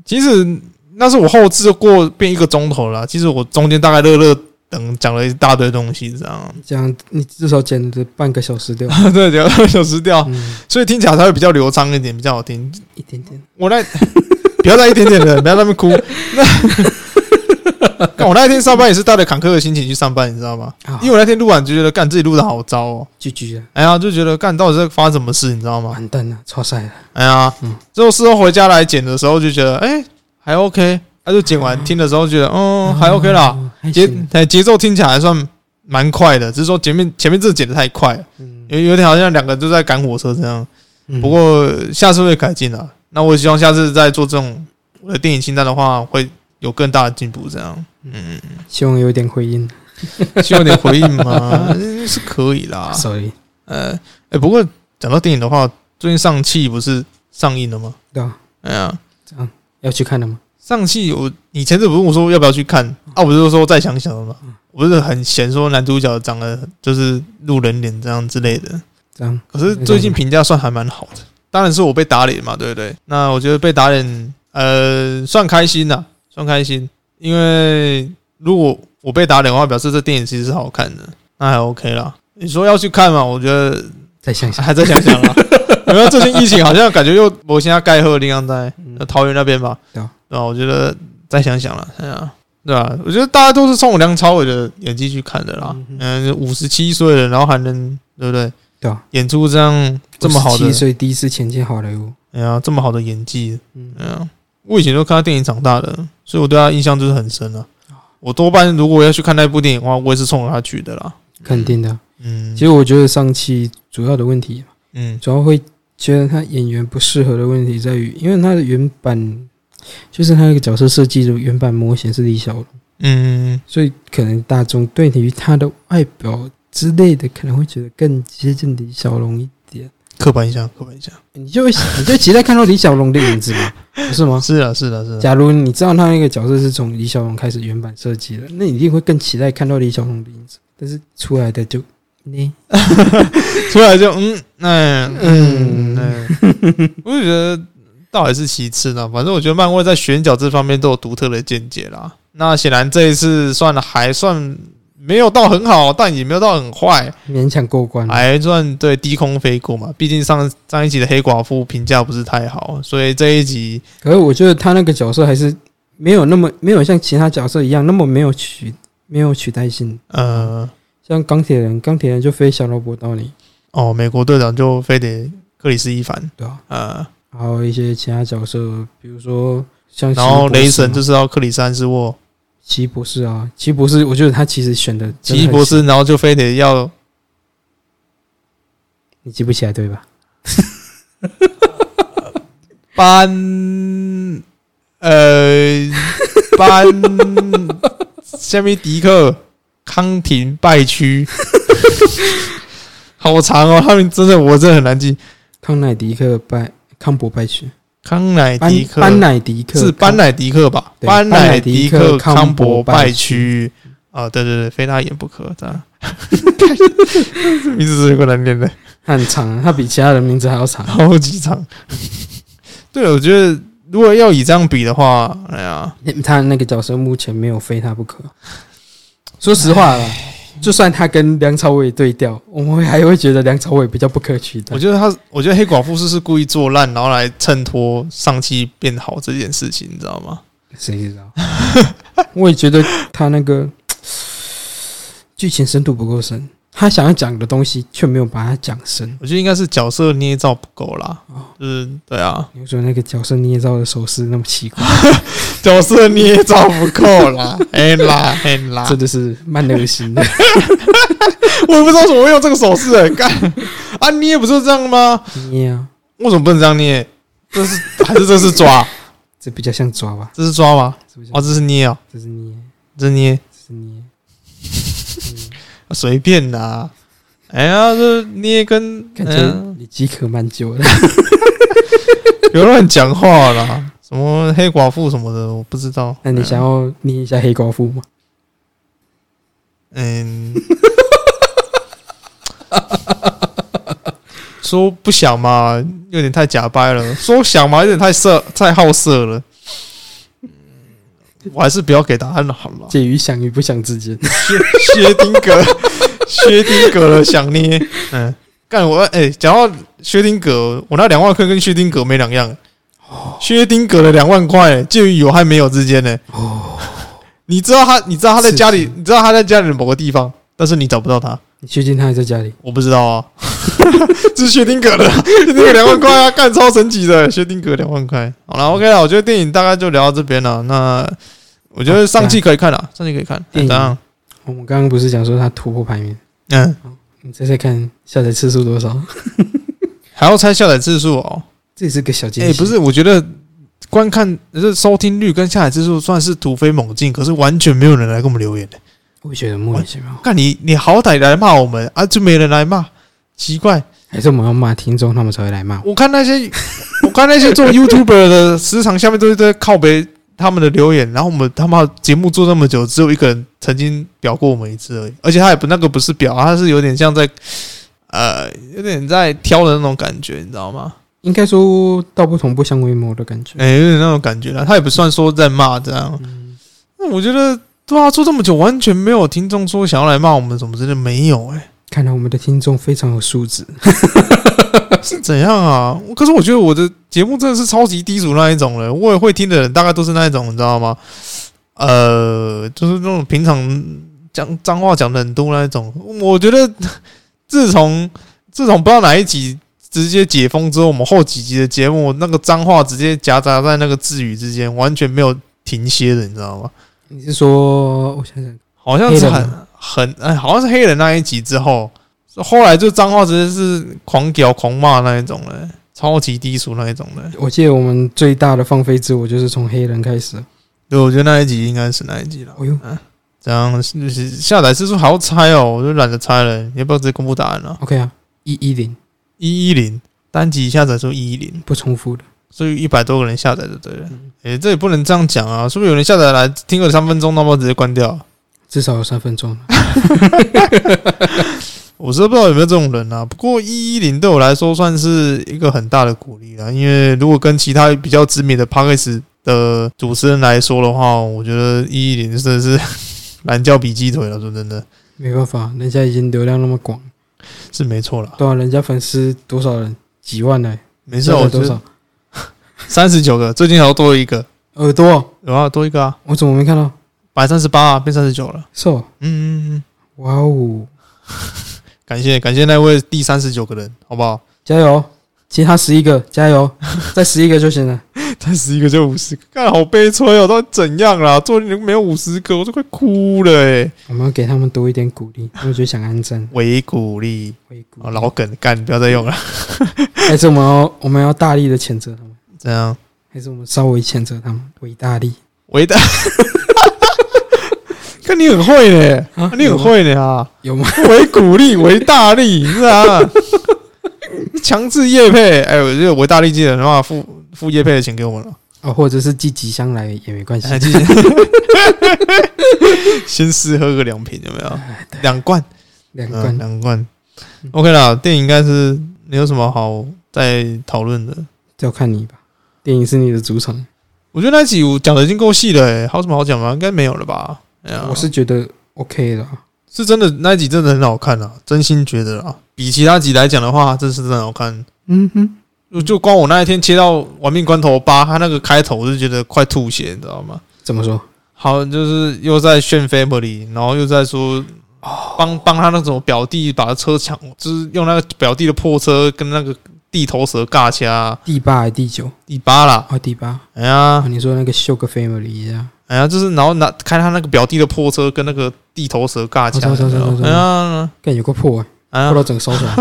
Speaker 3: 其实那是我后置过变一个钟头了啦，其实我中间大概乐乐等讲了一大堆东西，这样
Speaker 2: 这样你至少剪了半个小时掉，
Speaker 3: 对，聊到小时掉，
Speaker 2: 嗯，
Speaker 3: 所以听起来才会比较流畅一点，比较好听。
Speaker 2: 一点点。
Speaker 3: 我那不要再一点点了，不要在那边 哭。那干我那一天上班也是带着坎坷的心情去上班，你知道吗？
Speaker 2: 啊
Speaker 3: 因为我那天录完就觉得干自己录的好糟哦，
Speaker 2: 居居啊，
Speaker 3: 哎呀就觉得干到底是发生什么事，你知道吗？
Speaker 2: 完蛋了，超赛了。
Speaker 3: 哎呀
Speaker 2: 啊嗯，
Speaker 3: 之后事后回家来剪的时候就觉得哎、还 OK，他、就剪完听的时候觉得嗯还 OK 啦，
Speaker 2: 嗯，还
Speaker 3: 节
Speaker 2: 行
Speaker 3: 哎节奏听起来还算蛮快的，只是说前面前面这剪的太快了，
Speaker 2: 嗯
Speaker 3: 有有点好像两个都在赶火车这样。
Speaker 2: 嗯
Speaker 3: 不过下次会改进的、那我也希望下次在做这种我的电影清单的话，会有更大的进步。这样，嗯，
Speaker 2: 希望有点回音。
Speaker 3: 希望有点回应嘛，嗯 是可以啦。
Speaker 2: Sorry，
Speaker 3: 呃，哎、不过讲到电影的话，最近上汽不是上映了吗？
Speaker 2: 对啊，
Speaker 3: 哎呀，
Speaker 2: 要去看了吗？
Speaker 3: 上汽我你前阵不是问我说要不要去看啊？我就说再想想嘛。我不是很嫌说男主角长得就是路人脸这样之类的，
Speaker 2: 这样
Speaker 3: 可是最近评价算还蛮好的，当然是我被打脸嘛，对不对？那我觉得被打脸，呃，算开心呐、算开心，因为如果我被打脸的话，表示这电影其实是好看的，那还 OK 啦。你说要去看嘛？我觉得
Speaker 2: 再想想，
Speaker 3: 还在想想啦。因为最近疫情好像感觉又我现在盖贺地方在
Speaker 2: 嗯
Speaker 3: 桃园那边吧，
Speaker 2: 对啊
Speaker 3: 对吧？我觉得再想想了，哎呀，对啊，我觉得大家都是冲我梁朝伟的演技去看的啦
Speaker 2: 嗯哼。
Speaker 3: 嗯，五十七岁了，然后还能对不对？
Speaker 2: 对啊，
Speaker 3: 演出这样这么好的
Speaker 2: 七，岁第一次前进好莱坞，
Speaker 3: 哎呀，这么好的演技，
Speaker 2: 嗯，
Speaker 3: 哎呀，我以前都看他电影长大的，所以我对他印象就是很深啊。我多半如果要去看那部电影的话，我也是冲着他去的啦。
Speaker 2: 肯定的。
Speaker 3: 嗯，
Speaker 2: 其实我觉得上期主要的问题，
Speaker 3: 嗯
Speaker 2: 主要会觉得他演员不适合的问题在于，因为他的原版就是他那个角色设计的原版模型是李小龙，
Speaker 3: 嗯
Speaker 2: 所以可能大众对于他的外表之类的，可能会觉得更接近李小龙一点。
Speaker 3: 刻板印象，刻板印象，
Speaker 2: 你就会你就期待看到李小龙的影子嘛，不是吗？
Speaker 3: 是啊，是啊，是啊，
Speaker 2: 假如你知道他那个角色是从李小龙开始原版设计的，那你一定会更期待看到李小龙的影子。但是出来的就你
Speaker 3: 出来就嗯，那
Speaker 2: 嗯
Speaker 3: 嗯，哎我就觉得倒也是其次呢。反正我觉得漫威在选角这方面都有独特的见解啦。那显然这一次算还算没有到很好，但也没有到很坏，
Speaker 2: 勉强过关，
Speaker 3: 还算对低空飞过嘛。毕竟上上一集的黑寡妇评价不是太好，所以这一集
Speaker 2: 可是我觉得他那个角色还是没有那么没有像其他角色一样那么没有取没有取代性。
Speaker 3: 呃
Speaker 2: 像钢铁人，钢铁人就非小萝卜到你，
Speaker 3: 哦，美国队长就非得克里斯一凡
Speaker 2: 对吧、
Speaker 3: 呃，
Speaker 2: 还有一些其他角色，比如说像
Speaker 3: 然
Speaker 2: 奇
Speaker 3: 后
Speaker 2: 异博士
Speaker 3: 雷神
Speaker 2: 嘛
Speaker 3: 就是要克里斯安斯沃，
Speaker 2: 奇异博士啊，奇异博士，我觉得他其实选的
Speaker 3: 奇异博，士，然后就非得要
Speaker 2: 你记不起来对吧？
Speaker 3: 班，呃， 班，下面迪克康廷拜区，好长哦，他们真的我真的很难记。
Speaker 2: 康乃迪克拜康伯拜区，
Speaker 3: 康乃
Speaker 2: 班
Speaker 3: 哎迪克
Speaker 2: 班乃迪克
Speaker 3: 是班乃迪克吧？
Speaker 2: 对
Speaker 3: 班
Speaker 2: 班乃
Speaker 3: 乃
Speaker 2: 迪
Speaker 3: 迪
Speaker 2: 克
Speaker 3: 克
Speaker 2: 康
Speaker 3: 康
Speaker 2: 伯
Speaker 3: 伯
Speaker 2: 拜
Speaker 3: 拜区啊，对对对，非他也不可，这样。 这名字是个难念的。
Speaker 2: 他很长啊，他比其他人名字还要 长。
Speaker 3: 超级长。对，我觉得如果要以这样比的话，哎呀，
Speaker 2: 他那个角色目前没有非他不可。说实话啦，就算他跟梁朝伟对调，我们还会觉得梁朝伟比较不可取代
Speaker 3: 我。觉得他，我觉得黑寡妇是是故意做烂，然后来衬托上期变好这件事情，你知道吗？
Speaker 2: 谁知道？ 我也觉得他那个剧情深度不够深，他想要讲的东西却没有把它讲深。
Speaker 3: 我觉得应该是角色捏造不够啦
Speaker 2: 哦，
Speaker 3: 就是对啊，
Speaker 2: 你说那个角色捏造的手势那么奇怪，
Speaker 3: 角色捏造不够 啦，哎啦哎啦，
Speaker 2: 真的是蛮恶心 的。
Speaker 3: 我也不知道为什么会用这个手势、哎干啊捏不就这样吗？
Speaker 2: 捏啊，
Speaker 3: 为什么不能这样捏？这是还是这是抓？
Speaker 2: 这比较像抓吧？
Speaker 3: 这是抓吗？
Speaker 2: 是不是
Speaker 3: 哦，？这是捏哦，
Speaker 2: 这是捏，
Speaker 3: 这是捏。啊
Speaker 2: 这是捏。
Speaker 3: 随便啦。哎呀，这捏跟
Speaker 2: 感
Speaker 3: 哎呀
Speaker 2: 觉你饥渴蛮久了。
Speaker 3: 别乱讲话啦，什么黑寡妇什么的，我不知道。
Speaker 2: 那你想要捏一下黑寡妇吗？
Speaker 3: 嗯， 说不想嘛，有点太假掰了；说想嘛，有点太色，太好色了。我还是不要给答案好了。
Speaker 2: 介于想与不想之间。
Speaker 3: 薛薛丁格，薛丁格的想捏，嗯，干我哎，讲、到薛丁格，我那两万块跟薛丁格没两样。薛丁格的两万块介于有和没有之间呢。
Speaker 2: 哦，
Speaker 3: 你知道他，你知道他在家
Speaker 2: 是
Speaker 3: 里
Speaker 2: 是，
Speaker 3: 你知道他在家里的某个地方，但是你找不到他，
Speaker 2: 你确定他还在家里？
Speaker 3: 我不知道啊。 这是薛丁格的，薛丁格两万块啊，干超神奇的，薛丁格两万块。好了，OK 了，我觉得电影大概就聊到这边了。那我觉得上季可以看了，上季可以看。
Speaker 2: 电影
Speaker 3: 怎样？
Speaker 2: 我们刚刚不是讲说他突破排名？
Speaker 3: 嗯，
Speaker 2: 你猜猜看下载次数多少？
Speaker 3: 还要猜下载次数哦。
Speaker 2: 这也是个小惊
Speaker 3: 哎、
Speaker 2: 喜。
Speaker 3: 不，是，我觉得观看这收听率跟下载次数算是突飞猛进，可是完全没有人来跟我们留言的。
Speaker 2: 我也觉得莫名其妙。
Speaker 3: 看你，你好歹来骂我们啊，就没人来骂，奇怪。
Speaker 2: 还是我们要骂听众，他们才会来骂我。
Speaker 3: 我看那些，我看那些做 YouTuber 的，时常下面都是在靠背他们的留言，然后我们他妈节目做那么久，只有一个人曾经表过我们一次而已，而且他也不那个不是表，他是有点像在，呃，有点在挑的那种感觉，你知道吗？
Speaker 2: 应该说到不同不相为谋的感觉。
Speaker 3: 哎、有点那种感觉了。他也不算说在骂这样，
Speaker 2: 嗯，
Speaker 3: 那我觉得对啊，做这么久完全没有听众说想要来骂我们，怎么真的没有、欸？
Speaker 2: 看来我们的听众非常有素质。
Speaker 3: 是怎样啊？可是我觉得我的节目真的是超级低俗那一种了，我也会听的人大概都是那一种，你知道吗？呃，就是那种平常讲脏话讲的很多那一种。我觉得 自从自从不知道哪一集直接解封之后，我们后几集的节目那个脏话直接夹杂在那个字语之间，完全没有停歇的，你知道吗？
Speaker 2: 你是说，我想想，
Speaker 3: 好像是
Speaker 2: 黑人
Speaker 3: 很很哎，好像是黑人那一集之后，后来就脏话直接是狂屌狂骂那一种了，超级低俗那一种了。
Speaker 2: 我记得我们最大的放飞自我就是从黑人开始。
Speaker 3: 对，我觉得那一集应该是那一集了。
Speaker 2: 哎呦
Speaker 3: 这样就是下载次数还要猜哦，我就懒得猜了。你要不要直接公布答案了、
Speaker 2: ，OK 啊，一一零
Speaker 3: 一一零单集下载数一一零，
Speaker 2: 不重复的。
Speaker 3: 所以一百多个人下载就对了。诶、这也不能这样讲啊，是不是有人下载来听个三分钟，那么直接关掉？
Speaker 2: 至少有三分钟。
Speaker 3: 我是不知道有没有这种人啊，不过一一零对我来说算是一个很大的鼓励啦。因为如果跟其他比较知名的 p a c k a g e 的主持人来说的话，我觉得一一零真的是 懒觉比鸡腿了。说真的
Speaker 2: 没办法，人家已经流量那么广，
Speaker 3: 是没错啦，
Speaker 2: 对啊，人家粉丝多少人？几万呢？
Speaker 3: 没事，啊
Speaker 2: 下载
Speaker 3: 我觉
Speaker 2: 多
Speaker 3: 得
Speaker 2: 少？
Speaker 3: 三十九个，最近好像多了一个，
Speaker 2: 耳朵，
Speaker 3: 有啊，多一个啊，
Speaker 2: 我怎么没看到？
Speaker 3: 百三十八啊，变三十九了。
Speaker 2: 是哦，
Speaker 3: 嗯嗯嗯，
Speaker 2: 哇哦，
Speaker 3: 感谢感谢那位第三十九个人，好不好？
Speaker 2: 加油！其他十一个加 油，再十一个就行了。
Speaker 3: 才十一个就五十个，看好悲催哦，到底怎样啦？做你没有五十个，我都快哭了欸诶、
Speaker 2: 我们要给他们多一点鼓励，他们就想安赞
Speaker 3: 为鼓励。
Speaker 2: 为鼓
Speaker 3: 啊，。老梗干，不要再用了。
Speaker 2: 还是我们要我们要大力的谴责他们，
Speaker 3: 怎样？
Speaker 2: 还是我们稍微谴责他们为大力
Speaker 3: 伟大， 看你很会呢，
Speaker 2: 啊
Speaker 3: 你很会呢啊！
Speaker 2: 有吗？
Speaker 3: 为鼓励，为大力，是啊，强制业配。哎，我觉得为大力记得的话，付付业配的钱给我们了。
Speaker 2: 哦，或者是寄吉祥来也没关系。
Speaker 3: 哎，继续， 先试喝个两瓶，有没有？
Speaker 2: 哎对
Speaker 3: 两罐，
Speaker 2: 两
Speaker 3: 嗯
Speaker 2: 罐，
Speaker 3: 两罐。OK 啦，电影应该是没有什么好再讨论的。
Speaker 2: 就看你吧。电影是你的主场，
Speaker 3: 我觉得那一集我讲的已经够细了、欸，还有什么好讲吗？应该没有了吧？哎呀
Speaker 2: 我是觉得 OK 的啊。
Speaker 3: 是真的那一集真的很好看啊，真心觉得啊，比其他集来讲的话，这是真的好看。
Speaker 2: 嗯哼，
Speaker 3: 就就光我那一天切到《玩命关头八》，他那个开头我就觉得快吐血，你知道吗？
Speaker 2: 怎么说？
Speaker 3: 好，就是又在炫 family，然后又在说帮帮他那种表弟把车抢，就是用那个表弟的破车跟那个地头蛇尬掐
Speaker 2: 第八还是第九？
Speaker 3: 第八啦。
Speaker 2: 哦，第八。
Speaker 3: 哎呀
Speaker 2: 啊，，你说那个秀个 family 啊一样，
Speaker 3: 哎呀，就是然后拿开他那个表弟的破车跟那个地头蛇尬掐，
Speaker 2: 我知道
Speaker 3: 你知道
Speaker 2: 知道知道
Speaker 3: 吗哎呀，
Speaker 2: 干有个破哎、破
Speaker 3: 哎呀，
Speaker 2: 到整个烧起来。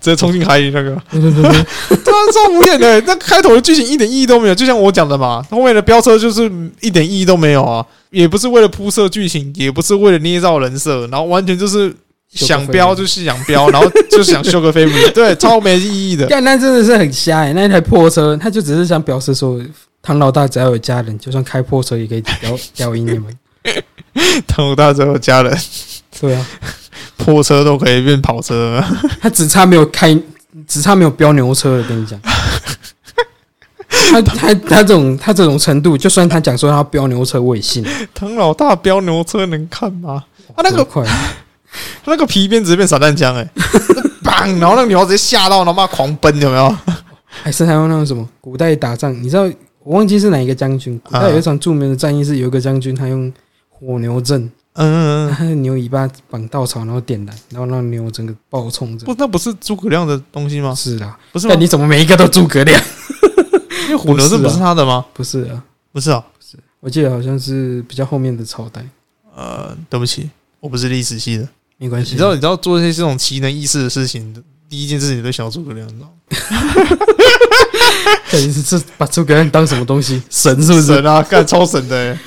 Speaker 3: 直接冲进海里那个。
Speaker 2: 对对 对对，
Speaker 3: 对啊，超无脸的。那开头的剧情一点意义都没有，就像我讲的嘛，后面的飙车就是一点意义都没有啊，也不是为了铺设剧情，也不是为了捏造人设，然后完全就是想飙就是是想飙，然后就是想修个飞舞， 对，超没意 义的。
Speaker 2: 干，那真的是很瞎哎、那一台破车，他就只是想表示说，唐老大只要有家人，就算开破车也可以屌屌赢你 们。
Speaker 3: 唐老大最后家人
Speaker 2: 对啊，
Speaker 3: 破车都可以变跑车，啊
Speaker 2: 他只差没有开，只差没有飙牛车了。跟你讲，他他他这种他这种程度，就算他讲说他要飙牛车，我也信。
Speaker 3: 唐老大飙牛车能看吗？
Speaker 2: 啊
Speaker 3: 那个
Speaker 2: 快，
Speaker 3: 他那个皮鞭直接变散弹枪哎、 砰！然后那个女孩直接吓到，然后妈狂奔，有没有？
Speaker 2: 还是还有那种什么古代打仗，你知道我忘记是哪一个将军？古
Speaker 3: 啊
Speaker 2: 代有一场著名的战役是有一个将军他用火牛阵，
Speaker 3: 嗯，嗯
Speaker 2: 他的牛尾巴绑稻草，然后点燃，然后让牛整个爆冲
Speaker 3: 嗯
Speaker 2: 着。
Speaker 3: 不，那不是诸葛亮的东西吗？
Speaker 2: 是啦，
Speaker 3: 不是吗
Speaker 2: 但？你怎么每一个都诸葛亮？
Speaker 3: 因为虎牛 是不啊是他的吗？
Speaker 2: 不是啊，
Speaker 3: 不是啊，
Speaker 2: 我记得好像是比较后面的朝代，
Speaker 3: 呃，对不起，我不是历史系的。
Speaker 2: 没关
Speaker 3: 你
Speaker 2: 系。
Speaker 3: 知道，你知道做一些这种奇能异事的事情，第一件事情就想到诸葛亮，你知道吗？
Speaker 2: 到底是这把诸葛亮当什么东 西？神是不是？
Speaker 3: 神啊， 干超神的、欸！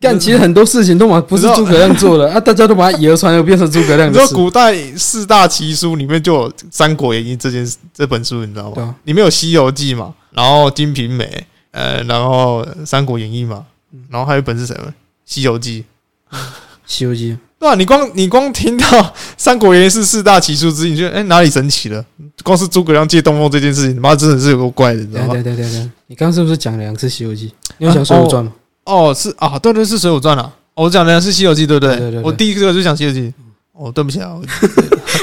Speaker 2: 干，其实很多事情都嘛不是诸葛亮做的啊，大家都把它以讹传讹，变成诸葛亮
Speaker 3: 你
Speaker 2: 的
Speaker 3: 知道
Speaker 2: 事。
Speaker 3: 古代四大奇书里面就有《三国演义》这件这本书，你知道
Speaker 2: 对啊？
Speaker 3: 吗里面有《西游记》嘛，然后《金瓶梅》，呃，然后《三国演义》嘛，然后还有一本是什么？《西游记》。
Speaker 2: 西游记
Speaker 3: 对啊，你光你光听到 《三国演义》是四大奇书之一，你就哎、哪里神奇了？光是诸葛亮借东风这件事情，你妈真的是有够怪的，你》知
Speaker 2: 对啊，
Speaker 3: 道
Speaker 2: 对啊
Speaker 3: 吗？啊
Speaker 2: 对啊对啊对啊，你刚刚是不是讲了两次《西游记》？你有讲《水浒传》吗？
Speaker 3: 哦，是啊，对对是《水浒传》啊，哦我讲的是《西游记》，对不对？
Speaker 2: 对对对对
Speaker 3: 我第一个就讲《西游记》。哦，对不起 啊，我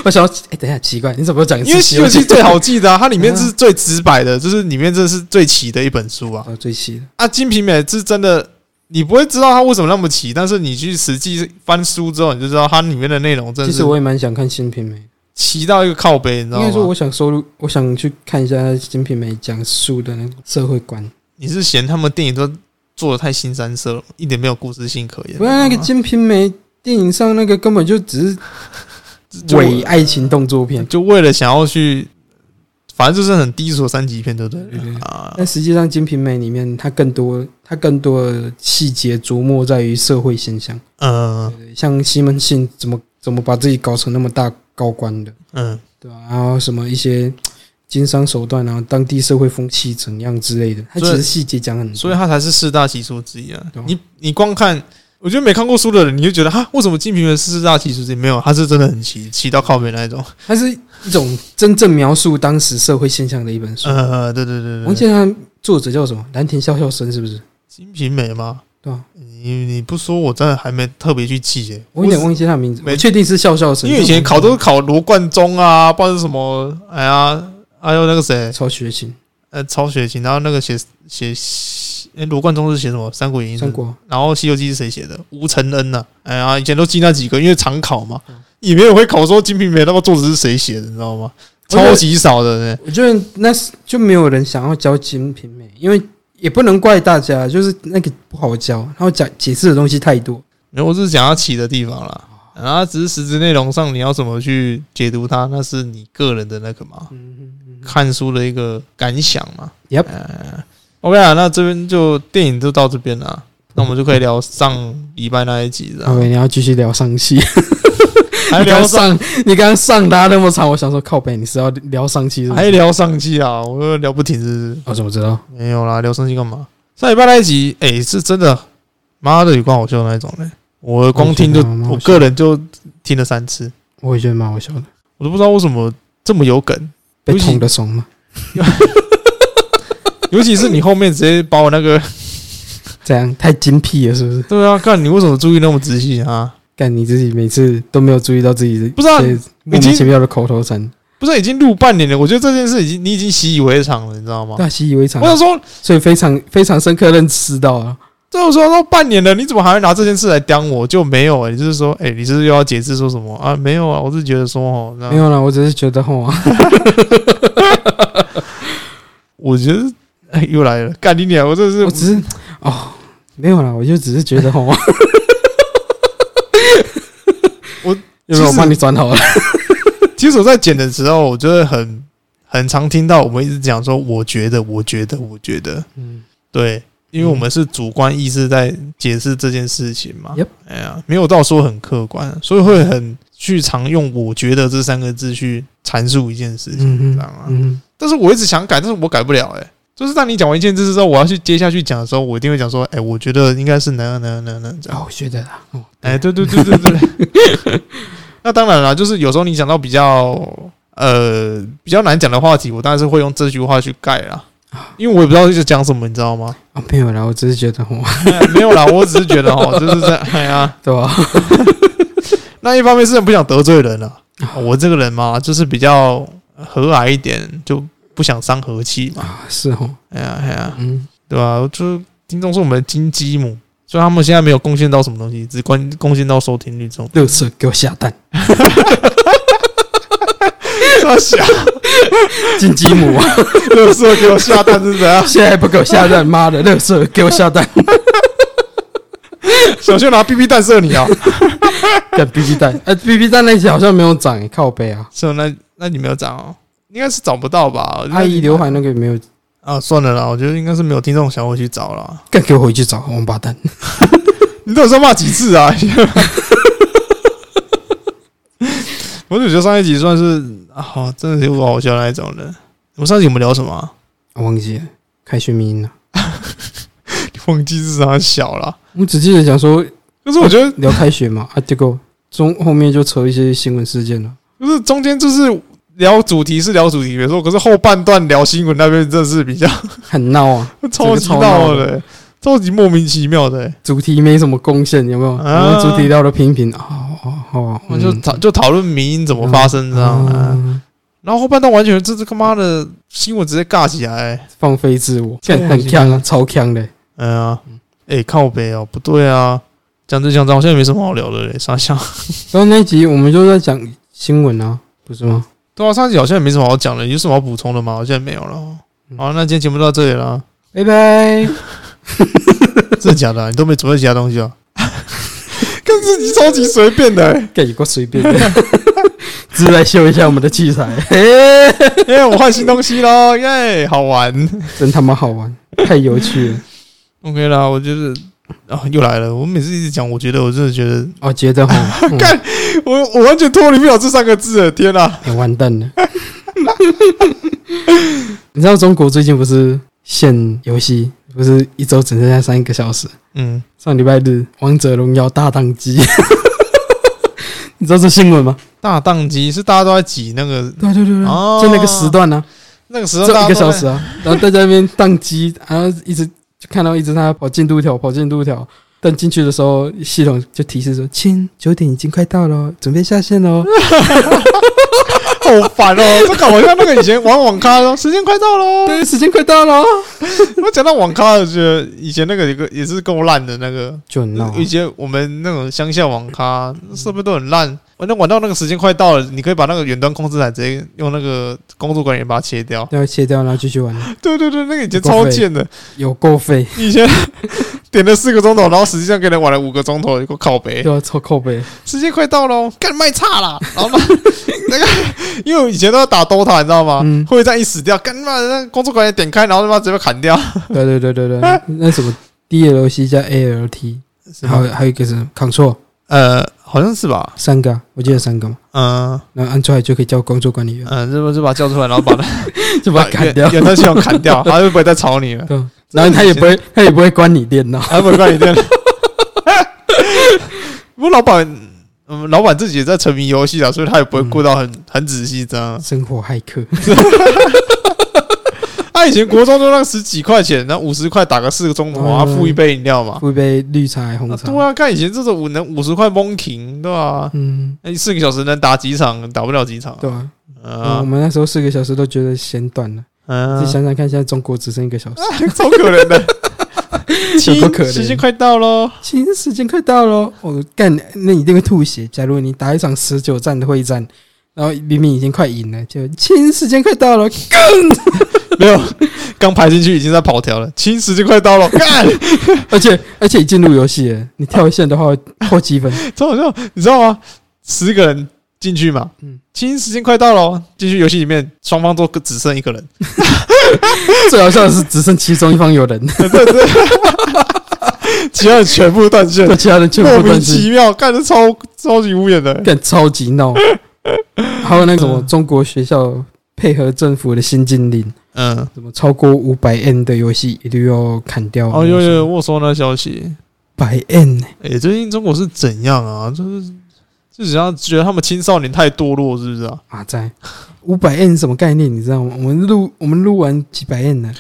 Speaker 2: 我想要，哎，等一下，奇怪，你怎么又讲一次
Speaker 3: 因为《西
Speaker 2: 西
Speaker 3: 游记》
Speaker 2: 记
Speaker 3: 最好记的、啊，它里 面是最直白的，就是里面真的是最奇的一本书啊！
Speaker 2: 啊，最气的，
Speaker 3: 啊，《金瓶梅》是真的，你不会知道它为什么那么奇，但是你去实际翻书之后，你就知道它里面的内容真
Speaker 2: 其
Speaker 3: 的
Speaker 2: 实
Speaker 3: 是
Speaker 2: 我也蛮想看《新品梅》，
Speaker 3: 奇到一个靠背，你知
Speaker 2: 应
Speaker 3: 道
Speaker 2: 该说
Speaker 3: 吗？
Speaker 2: 我想收录，我想去看一下《新品梅》讲述的那个社会观。
Speaker 3: 你是嫌他们电影都做的太新三色了，一点没有故事性可言。
Speaker 2: 不然那个《金瓶梅》电影上那个根本就只是
Speaker 3: 就啊
Speaker 2: 伪爱情动作片，
Speaker 3: 就为了想要去，反正就是很低俗的三级片，对不对？
Speaker 2: 对对对
Speaker 3: 啊，
Speaker 2: 但实际上《金瓶梅》里面它更多，它更多的细节琢磨在于社会现象，
Speaker 3: 嗯
Speaker 2: 对像西门庆怎么怎么把自己搞成那么大高官的，
Speaker 3: 嗯，
Speaker 2: 对吧、然后什么一些经商手段啊，当地社会风气怎样之类的，它其
Speaker 3: 所以
Speaker 2: 实细节讲很多。
Speaker 3: 所以它才是四大奇书之一啊
Speaker 2: 对。啊
Speaker 3: 你你光看，我觉得没看过书的人，你就觉得哈，为什么《金瓶梅》是四大奇书之一？没有，它是真的很奇，奇到靠边那一种。
Speaker 2: 它是一种真正描述当时社会现象的一本书。
Speaker 3: 呃，对对对
Speaker 2: 王
Speaker 3: 对，《
Speaker 2: 健他作者叫什么？蓝田笑笑生是不是？
Speaker 3: 金瓶梅》吗？
Speaker 2: 对啊，
Speaker 3: 你你不说，我真的还没特别去记耶。
Speaker 2: 我有点忘记他的名字，
Speaker 3: 没
Speaker 2: 我确定是笑笑生。
Speaker 3: 因为以前考都是
Speaker 2: 都
Speaker 3: 考罗贯中啊，不知道是什么，哎呀，还有那个谁，
Speaker 2: 超学琴，
Speaker 3: 呃，曹雪芹，然后那个写写写，哎，罗贯中是写什么《三国演义》？
Speaker 2: 三。国
Speaker 3: 然后《西游记》是谁写的？吴承恩呐、哎呀，以前都记那几个，因为常考嘛，
Speaker 2: 嗯
Speaker 3: 也没有会考说《金瓶梅》那么作者是谁写的，你知道吗？
Speaker 2: 我觉得
Speaker 3: 超级少的呢。
Speaker 2: 我觉得那是就没有人想要教《金瓶梅》，因为也不能怪大家，就是那个不好教，然后讲解释的东西太多。
Speaker 3: 然后我是讲要起的地方啦，然后只是实质内容上你要怎么去解读它，那是你个人的那个嘛，
Speaker 2: 嗯，
Speaker 3: 看书的一个感想嘛。
Speaker 2: Yep
Speaker 3: 哎 OK 啊，那这边就电影就到这边啦，那我们就可以聊上礼拜那一集了，
Speaker 2: OK，你要继续聊上戏，
Speaker 3: 还
Speaker 2: 嗯 你
Speaker 3: 聊
Speaker 2: 刚
Speaker 3: 上
Speaker 2: 上，你刚上搭那么长，我想说靠背，你是要聊上戏是不
Speaker 3: 还
Speaker 2: 是？
Speaker 3: 聊上期啊，我又聊不停是不是？
Speaker 2: 我怎么知道？
Speaker 3: 没有啦，聊生气干嘛？上礼拜那一集，哎、是真的，妈的，有关好笑的那一种嘞、我光听就
Speaker 2: 蛮好笑的蛮，好
Speaker 3: 我
Speaker 2: 笑
Speaker 3: 个人就听了三次，
Speaker 2: 我也觉得蛮好笑的，
Speaker 3: 我都不知道为什么这么有 梗，
Speaker 2: 被
Speaker 3: 尤其
Speaker 2: 捅的爽吗？
Speaker 3: 尤其是你后面直接把我 那个，？
Speaker 2: 这样太精辟了，是不是
Speaker 3: 对啊，看你为什么注意那么仔细啊？
Speaker 2: 干你自己每次都没有注意到自己的
Speaker 3: 不是啊
Speaker 2: 这些莫名其妙的口头禅，
Speaker 3: 不是已经录半年了，我觉得这件事已经你已经习以为常了，你知道吗？
Speaker 2: 大啊习以为常
Speaker 3: 哦我，想说，
Speaker 2: 所以非常非常深刻认识到啊。
Speaker 3: 这我说到半年了，你怎么还会拿这件事来刁我？就没有哎、你就是说，哎、你是不是又要解释说什么啊？没有啊，我是觉得说哦，那
Speaker 2: 没有啦，我只是觉得吼啊，
Speaker 3: 我觉得、 哎又来了，干你娘！我真的是
Speaker 2: 我只是哦，没有啦，我就只是觉得 吼 啊。
Speaker 3: 我
Speaker 2: 有没有我帮你转好了？
Speaker 3: 其实我在剪的时候，我就会很很常听到我们一直讲说，我觉得，我觉得，我觉得，
Speaker 2: 嗯，
Speaker 3: 对，因为我们是主观意识在解释这件事情嘛。
Speaker 2: Yep
Speaker 3: 哎呀，没有到说很客观，所以会很去常用“我觉得”这三个字去阐述一件事情，
Speaker 2: 嗯
Speaker 3: 知
Speaker 2: 嗯
Speaker 3: 道啊吗？
Speaker 2: 嗯，
Speaker 3: 但是我一直想改，但是我改不了、哎，就是当你讲完一件事之后，我要去接下去讲的时候，我一定会讲说，哎、我觉得应该是哪样哪样哪样哪样这样。
Speaker 2: 哦，我觉得啦，哦，
Speaker 3: 哎，对对对对对。 那当然了，就是有时候你讲到比较呃比较难讲的话题，我当然是会用这句话去盖啦。因为我也不知道在讲什么，你知道吗？
Speaker 2: 啊，没有啦，我只是觉得哇，
Speaker 3: 哎 没有啦，我只是觉得 哦，就是在哎呀，
Speaker 2: 对吧？
Speaker 3: 那一方面是不想得罪人了、我这个人嘛，就是比较和蔼一点，就不想伤和气嘛。
Speaker 2: 啊，是哦，
Speaker 3: 哎呀哎呀，
Speaker 2: 嗯，
Speaker 3: 对吧、就是听众是我们的金鸡母，所以他们现在没有贡献到什么东西，只关贡献到收听率中。
Speaker 2: 乐色给我下 蛋，
Speaker 3: 他想
Speaker 2: 金鸡母啊，
Speaker 3: 乐色给我下蛋是怎 样？
Speaker 2: 现在不给我下蛋，妈的，乐色给我下蛋，
Speaker 3: 小秀拿 BB 弹射你啊！
Speaker 2: 干 BB 蛋，哎，BB 蛋那期好像没有涨，哎靠背啊，
Speaker 3: 是哦那那你没有涨哦，应该是找不到吧？
Speaker 2: 阿姨刘海那个也没有，
Speaker 3: 啊，算了啦，我觉得应该是没有听众想回去找了。
Speaker 2: 干给我回去找王八蛋，
Speaker 3: 你到底要骂几次啊？ 我就觉得上一集算是啊，好，真的是有好笑那一种人。我们上一集我们聊什么啊、
Speaker 2: 我忘记了，开学迷音了，
Speaker 3: 忘记是啥小了。
Speaker 2: 我只记得讲说
Speaker 3: 可是我觉得，
Speaker 2: 聊开学嘛，啊，结果中后面就扯一些新闻事件了，
Speaker 3: 就是中间就是聊主题是聊主题，没错。可是后半段聊新闻那边真的是比较
Speaker 2: 很闹啊，
Speaker 3: 超级闹的、超级莫名其妙的、欸。
Speaker 2: 主题没什么贡献，有没有？我
Speaker 3: 啊
Speaker 2: 们主题聊的平平，哦哦哦，
Speaker 3: 我就
Speaker 2: 嗯
Speaker 3: 讨就讨论民音怎么发生这样、啊，
Speaker 2: 啊
Speaker 3: 然后后半段完全这是他妈的新闻直接尬起来、欸。
Speaker 2: 放飞自我，
Speaker 3: 这
Speaker 2: 干
Speaker 3: 种
Speaker 2: 很
Speaker 3: 东西
Speaker 2: 强啊，超强的。
Speaker 3: 哎呀，哎、靠北哦，不对啊，讲着讲着好像也没什么好聊的嘞，傻笑。
Speaker 2: 然后那一集我们就在讲新闻啊，不是吗？
Speaker 3: 对啊，上集好像也没什么好讲的，有什么好补充的吗？好像没有了哦。
Speaker 2: 嗯
Speaker 3: 好，那今天节目到这里了，
Speaker 2: 拜拜，
Speaker 3: 真的假的啊、你都没准备其他东 西啊？跟自己超级随便的、 欸，
Speaker 2: 给个随便的， 只是来秀一下我们的器材，
Speaker 3: 因为哎我换新东西喽，耶，好玩。
Speaker 2: 真他妈好玩，太有趣了。
Speaker 3: OK 啦，我就是啊，又来了。我每次一直讲，我觉得我真的觉得
Speaker 2: 我哦觉得 哈，嗯
Speaker 3: 干 我我完全脱离不了这三个字了，天哪、啊！
Speaker 2: 也哎完蛋了。 你知道中国最近不是限游戏，不是一周只剩下三个小时？
Speaker 3: 嗯，
Speaker 2: 上礼拜日，《王者荣耀》大宕机， 你知道这新闻吗？
Speaker 3: 大宕机是大家都在挤那个
Speaker 2: 对对对
Speaker 3: 哦
Speaker 2: 嗯就那个时段呢、
Speaker 3: 那个时
Speaker 2: 啊，
Speaker 3: 候
Speaker 2: 只
Speaker 3: 大
Speaker 2: 有
Speaker 3: 家
Speaker 2: 一
Speaker 3: 都
Speaker 2: 个
Speaker 3: 在
Speaker 2: 小时啊，然后大家在那边宕机，然后一直就看到一直在那跑进度条，跑进度条。但进去的时候，系统就提示说：“亲，九点已经快到了，准备下线喽。
Speaker 3: 好烦哦！这搞好像那个以前玩网咖咯，时间快到”喽。
Speaker 2: 对，时间快到了哦，
Speaker 3: 我讲到网咖，我觉得以前那个有个也是够烂的那个，
Speaker 2: 就很闹啊。
Speaker 3: 以前我们那种乡下网咖设备都很烂。反正玩到那个时间快到了，你可以把那个远端控制台直接用那个工作管理员把它切掉。
Speaker 2: 要切掉，然后继续 玩，
Speaker 3: 对对对，那个以前
Speaker 2: 不过
Speaker 3: 超
Speaker 2: 费
Speaker 3: 贱的，
Speaker 2: 有够费，
Speaker 3: 以前 点了四个钟头，然后实际上给人玩了五个钟头，有个靠背。
Speaker 2: 对啊，超扣背，
Speaker 3: 时间快到喽，干卖差 啦，然后嘛，那个因为我以前都要打 DOTA，你知道吗？
Speaker 2: 嗯
Speaker 3: 会战一死掉，干嘛那工作管理点开，然后他妈直接砍掉，
Speaker 2: 对对对对对，那什么 DLC 加 ALT，还有还有一个是 Control
Speaker 3: 呃，好像是吧？
Speaker 2: 三个啊，我记得三个嘛，
Speaker 3: 嗯
Speaker 2: 然后按出来就可以叫工作管 理员，
Speaker 3: 嗯，这不就把它叫出来，然后 把它
Speaker 2: 就把它砍 掉，
Speaker 3: 远端系统砍 掉，他就不会再吵你了，
Speaker 2: 对啊，然后他也不会他也不会关你电脑，
Speaker 3: 还不会怪你电脑。 不过老板，嗯，老板自己也在沉迷游戏啊，所以他也不会顾到很、很仔细这样。
Speaker 2: 生活骇客，
Speaker 3: 他以前国中就那十几块钱，那五十块打个四个钟头，
Speaker 2: 嗯
Speaker 3: 他付一杯饮料嘛。
Speaker 2: 会被绿茶红
Speaker 3: 啊，
Speaker 2: 茶
Speaker 3: 对，啊，看以前这种五能五十块蒙停，对吧、
Speaker 2: 嗯，
Speaker 3: 那你四个小时能打几场？打不了几场啊。
Speaker 2: 对啊，我
Speaker 3: 嗯
Speaker 2: 们那时候四个小时都觉得嫌短了，
Speaker 3: 嗯
Speaker 2: 你，想想看，现在中国只剩一个小时，
Speaker 3: 超可怜 的。亲
Speaker 2: 多可怜
Speaker 3: 时间快到喽！
Speaker 2: 其实时间快到了，我干，那你一定会吐血。假如你打一场十九战的会战，然后明明已经快赢了，就亲，时间快到了，
Speaker 3: 没有，刚排进去已经在跑条了。亲，时间快到了，干！
Speaker 2: 而且而且已进入游戏了，你跳线的话会破积分，
Speaker 3: 超好笑，你知道吗？十个人进去嘛，
Speaker 2: 嗯
Speaker 3: 亲，时间快到喽！进去游戏里面，双方都只剩一个人，
Speaker 2: 最好笑的是只剩其中一方有 人，
Speaker 3: 其他人全部断线，
Speaker 2: 其他人全
Speaker 3: 莫
Speaker 2: 部
Speaker 3: 名
Speaker 2: 断线，
Speaker 3: 其妙，干的超超级无眼的。
Speaker 2: 干超级闹。还有那个什么中国学校配合政府的新禁令，
Speaker 3: 嗯，
Speaker 2: 什么超过五百 N 的游戏一律要砍掉。
Speaker 3: 哦，有有，我收到消息。
Speaker 2: 百 N，
Speaker 3: 哎、最近中国是怎样啊？就是就只要觉得他们青少年太堕落，是不是啊？
Speaker 2: 啊，在五百 N 什么概念？你知道吗？我们录我们录完几百 N 呢？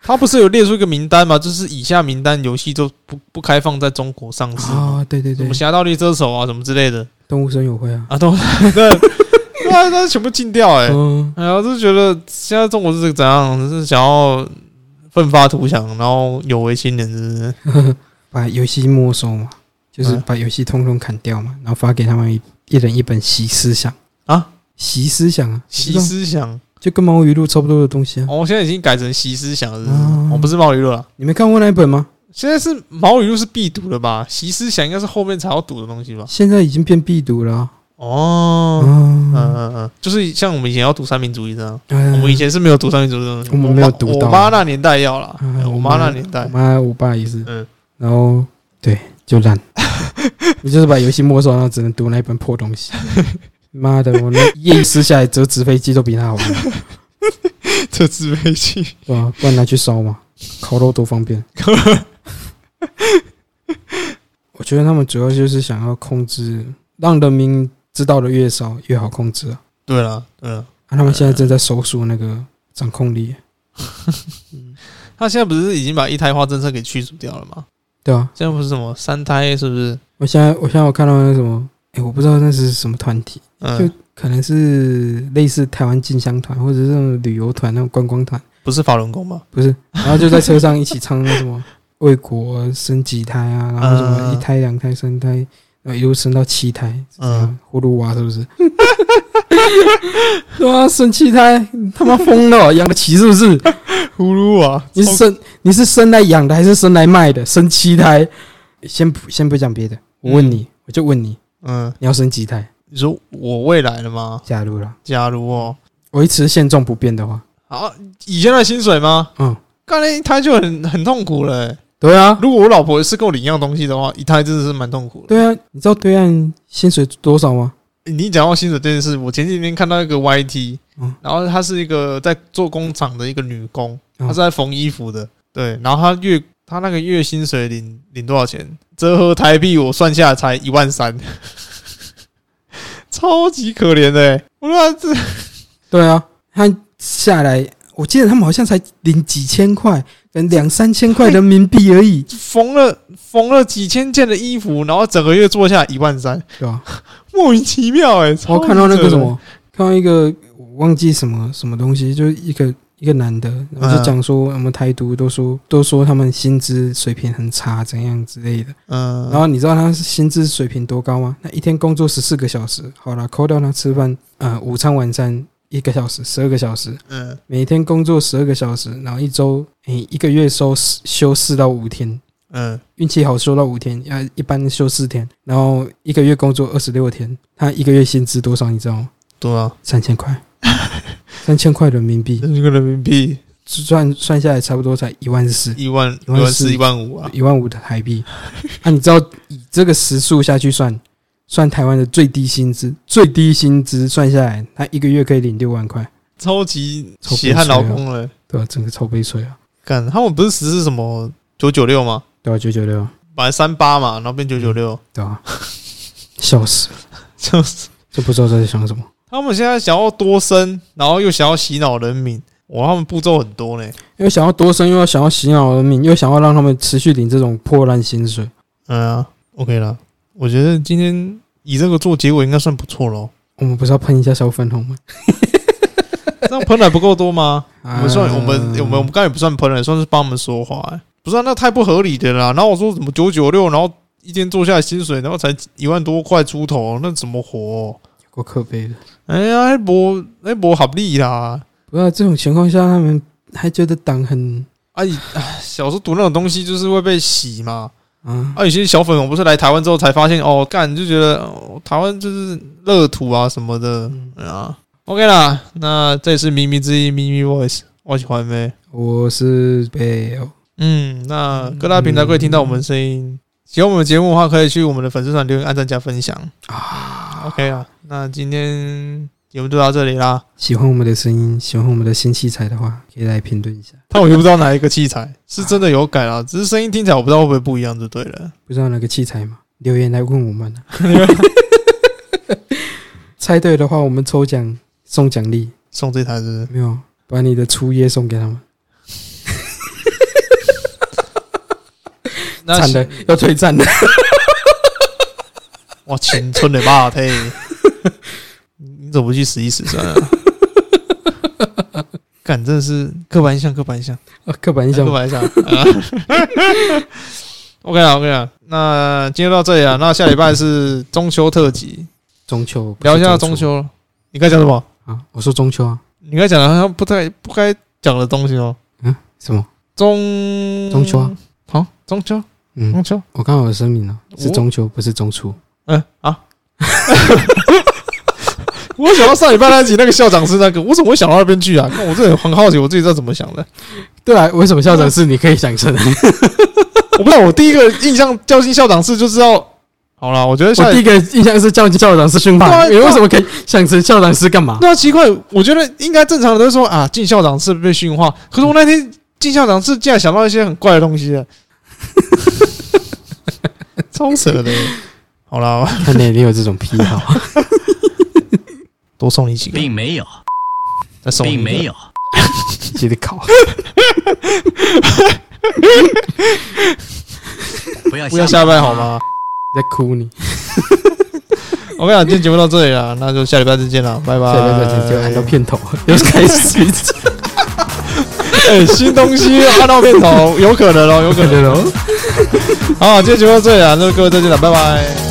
Speaker 3: 他不是有列出一个名单吗？就是以下名单游戏都不不开放在中国上市吗，
Speaker 2: 啊，对对
Speaker 3: 什
Speaker 2: 对，
Speaker 3: 么《侠盗猎车手》啊，什么之类的
Speaker 2: 动物森友会啊，
Speaker 3: 啊，都 对，对啊，那全部禁掉哎、
Speaker 2: 嗯，
Speaker 3: 哎呀，我就觉得现在中国是怎样，是想要奋发图强，然后有为青年，是不是？
Speaker 2: 把游戏没收嘛，就是
Speaker 3: 嗯
Speaker 2: 把游戏通通砍掉嘛，然后发给他们一一人一本习思想
Speaker 3: 啊，
Speaker 2: 习思想啊，
Speaker 3: 习
Speaker 2: 我不知道
Speaker 3: 思想，
Speaker 2: 就跟猫鱼录差不多的东西啊。
Speaker 3: 哦，我现在已经改成习思想了，是不是？
Speaker 2: 嗯
Speaker 3: 我、不是毛语录了，
Speaker 2: 你没看过那一本吗？
Speaker 3: 现在是毛语录是必读的吧？习思想应该是后面才要读的东西吧？
Speaker 2: 现在已经变必读了啊。
Speaker 3: 哦，嗯嗯
Speaker 2: 嗯，哎
Speaker 3: 嗯嗯，就是像我们以前要读三民主义这样，
Speaker 2: 我
Speaker 3: 我们以前是没有读三民主义这样，
Speaker 2: 嗯我们没有读
Speaker 3: 我
Speaker 2: 到
Speaker 3: 妈那年代要啦，
Speaker 2: 嗯
Speaker 3: 哎我妈那年代
Speaker 2: 我，妈我爸也是，
Speaker 3: 嗯，
Speaker 2: 然后对就烂，你就是把游戏没收，然后只能读那一本破东西。妈的，我那一页撕下来折纸飞机都比它好用，
Speaker 3: 这自卑气，
Speaker 2: 对吧、不然拿去烧嘛，烤肉多方便。我觉得他们主要就是想要控制，让人民知道的越少越好控制啊。
Speaker 3: 对了对了。
Speaker 2: 啊他们现在正在收缩那个掌控力，
Speaker 3: 他现在不是已经把一胎化政策给去除掉了吗？
Speaker 2: 对啊，
Speaker 3: 现在不是什么三胎，是不是？
Speaker 2: 我现在我现在我看到那什么，哎、我不知道那是什么团体，
Speaker 3: 嗯
Speaker 2: 就，可能是类似台湾进香团或者是那种旅游团、那种观光团，
Speaker 3: 不是法轮功吧？
Speaker 2: 不是，然后就在车上一起唱那什么为国生几胎啊，然后什么一胎、两胎、三胎，然后一路生到七胎，是这
Speaker 3: 嗯
Speaker 2: 样葫芦娃是不是？ 对啊，生七胎，你他妈疯了，养得起是不是？
Speaker 3: 葫芦娃、
Speaker 2: 你是生你是生来养的还是生来卖的？生七胎，先不先不讲别的，我问你，我就问你，
Speaker 3: 嗯，
Speaker 2: 你要生几胎？
Speaker 3: 你说我未来了吗？
Speaker 2: 假如啦，
Speaker 3: 假如哦，
Speaker 2: 维持现状不变的话，
Speaker 3: 好，以前的薪水吗？
Speaker 2: 嗯，
Speaker 3: 干了一胎就很很痛苦了欸、
Speaker 2: 对啊，
Speaker 3: 如果我老婆是跟我领一样东西的话，一胎真的是蛮痛苦的。
Speaker 2: 对啊，你知道对岸薪水多少吗？
Speaker 3: 你一讲到薪水这件事，我前几天看到一个 YT，、
Speaker 2: 嗯
Speaker 3: 然后她是一个在做工厂的一个女工，
Speaker 2: 嗯
Speaker 3: 她是在缝衣服的，对，然后她月她那个月薪水领领多少钱？折合台币我算下来才一万三， 超级可怜的、欸。我说这
Speaker 2: 对啊，他下来，我记得他们好像才领几千块，跟两三千块人民币而已，
Speaker 3: 缝了缝了几千件的衣服，然后整个月做下来一万三，
Speaker 2: 对吧、
Speaker 3: 莫名其妙哎、超
Speaker 2: 我哦看到那个
Speaker 3: 扯
Speaker 2: 什，么，看到一个我忘记什么什么东西，就是一个一个男的，
Speaker 3: 嗯
Speaker 2: 然后就讲说我们台独都说都说他们薪资水平很差，怎样之类的。
Speaker 3: 嗯，
Speaker 2: 然后你知道他是薪资水平多高吗？他一天工作十四个小时，好了，扣掉他吃饭，呃，午餐晚餐一个小时，十二个小时，
Speaker 3: 嗯，
Speaker 2: 每天工作十二个小时，然后一周，诶、一个月收四休四到五天，
Speaker 3: 嗯，
Speaker 2: 运气好休到五天，呃，一般休四天，然后一个月工作二十六天，他一个月薪资多少？你知道吗？
Speaker 3: 多少？
Speaker 2: 三千块，三千块人民币，
Speaker 3: 啊一个人民币
Speaker 2: 算算下来差不多才一万四，
Speaker 3: 一万、一
Speaker 2: 一万
Speaker 3: 万
Speaker 2: 四
Speaker 3: 四、一万五啊，
Speaker 2: 一万五的台币。啊，你知道以这个时速下去算，算台湾的最低薪资，最低薪资算下来，他一个月可以领六万块，
Speaker 3: 超级
Speaker 2: 超悲
Speaker 3: 血汗劳工了欸。
Speaker 2: 对吧、整个超悲催啊，
Speaker 3: 干，他们不是实施什么九九六吗？
Speaker 2: 对吧、九九六，
Speaker 3: 本来三八嘛，然后变九九六，
Speaker 2: 对吧、笑死了，
Speaker 3: 就是
Speaker 2: 就不知道在想什么。
Speaker 3: 他们现在想要多生，然后又想要洗脑人民，哇，他们步骤很多呢。
Speaker 2: 又想要多生，又要想要洗脑人民，又想要让他们持续领这种破烂薪水。
Speaker 3: 嗯啊，OK 啦，我觉得今天以这个做结尾应该算不错咯。
Speaker 2: 我们不是要喷一下小粉红吗？
Speaker 3: 这样喷的不够多吗？
Speaker 2: 我
Speaker 3: 我们
Speaker 2: 啊
Speaker 3: 算我们我们我们刚才也不算喷了，算是帮他们说话、欸。不是、啊、那太不合理的啦。然后我说什么九九六，然后一天做下来薪水，然后才一万多块出头，那怎么活、
Speaker 2: 够可悲的。
Speaker 3: 哎呀，那无那无合理啦！
Speaker 2: 不要这种情况下，他们还觉得党很
Speaker 3: 啊，以唉小时候读那种东西就是会被洗嘛。
Speaker 2: 啊，
Speaker 3: 啊，有些小粉红不是来台湾之后才发现哦，干就觉得、哦台湾就是乐土啊什么的、
Speaker 2: 嗯
Speaker 3: 啊。OK 啦，那这也是靡靡之音靡靡 Voice，我喜欢呗。
Speaker 2: 我是被哦
Speaker 3: 嗯，那各大平台可以听到我们的声音。喜欢我们的节目的话，可以去我们的粉丝团留言、按赞、加分享。
Speaker 2: 啊，
Speaker 3: OK 啦，那今天节目就到这里啦。
Speaker 2: 喜欢我们的声音，喜欢我们的新器材的话，可以来评论一下。
Speaker 3: 但我就不知道哪一个器材 是真的有改啦，只是声音听起来我不知道会不会不一样就对了。
Speaker 2: 不知道哪个器材嘛，留言来问我们、啊。猜对的话，我们抽奖送奖励，
Speaker 3: 送这台是不是？
Speaker 2: 没有把你的初夜送给他们。
Speaker 3: 那
Speaker 2: 惨
Speaker 3: 是
Speaker 2: 的要退战 的，
Speaker 3: 哇，青春的吧，嘿，你怎么不去死一死算了？干，真的是刻板印象，刻板印象，
Speaker 2: 啊刻板印象
Speaker 3: 刻。板印象。啊 OK 啊，OK 啊，那今天到这里啊，那下礼拜是中秋特辑，
Speaker 2: 中秋不是
Speaker 3: 聊一下中秋。你该讲什么？
Speaker 2: 啊，我说中秋啊，
Speaker 3: 你该讲的好像不太不该讲的东西哦。
Speaker 2: 什么？
Speaker 3: 中
Speaker 2: 中秋啊，
Speaker 3: 好，中秋，
Speaker 2: 嗯
Speaker 3: 中，秋，
Speaker 2: 我刚好有声明了，是
Speaker 3: 我
Speaker 2: 中秋，不是中秋。
Speaker 3: 嗯，好。 我想到上礼拜那集那个校长是那个，我怎么会想到那边去啊？看我这很好奇，我自己知道怎么想的。
Speaker 2: 对啊，为什么校长是你可以想成？
Speaker 3: 我不知道，我第一个印象叫进校长室就知道。好了，我觉得下
Speaker 2: 我第
Speaker 3: 礼
Speaker 2: 一个印象是叫校长是训
Speaker 3: 对啊
Speaker 2: 话，你为什么可以想成校长是干嘛？
Speaker 3: 那奇怪，我觉得应该正常人都说啊，进校长室被训话。可是我那天进校长室，竟然想到一些很怪的东西啊， 超扯的。好了，
Speaker 2: 看来你有这种癖 好。
Speaker 3: 多送你几个，
Speaker 1: 并没有，
Speaker 3: 再送你一
Speaker 1: 并
Speaker 3: 个
Speaker 1: 没有。
Speaker 2: 接着考，
Speaker 1: 不要
Speaker 3: 不要下班好？吗？
Speaker 2: 在哭你。
Speaker 3: 我跟你讲，今天节目到这里了，那就下礼拜再见了，拜拜。
Speaker 2: 下礼拜再见，就按到片 头又开始，
Speaker 3: 哎，新东西按到片头，有可能哦，有可
Speaker 2: 对
Speaker 3: 能。
Speaker 2: 喽。
Speaker 3: 好，今天节目到这里了，那就各位再见了，拜拜。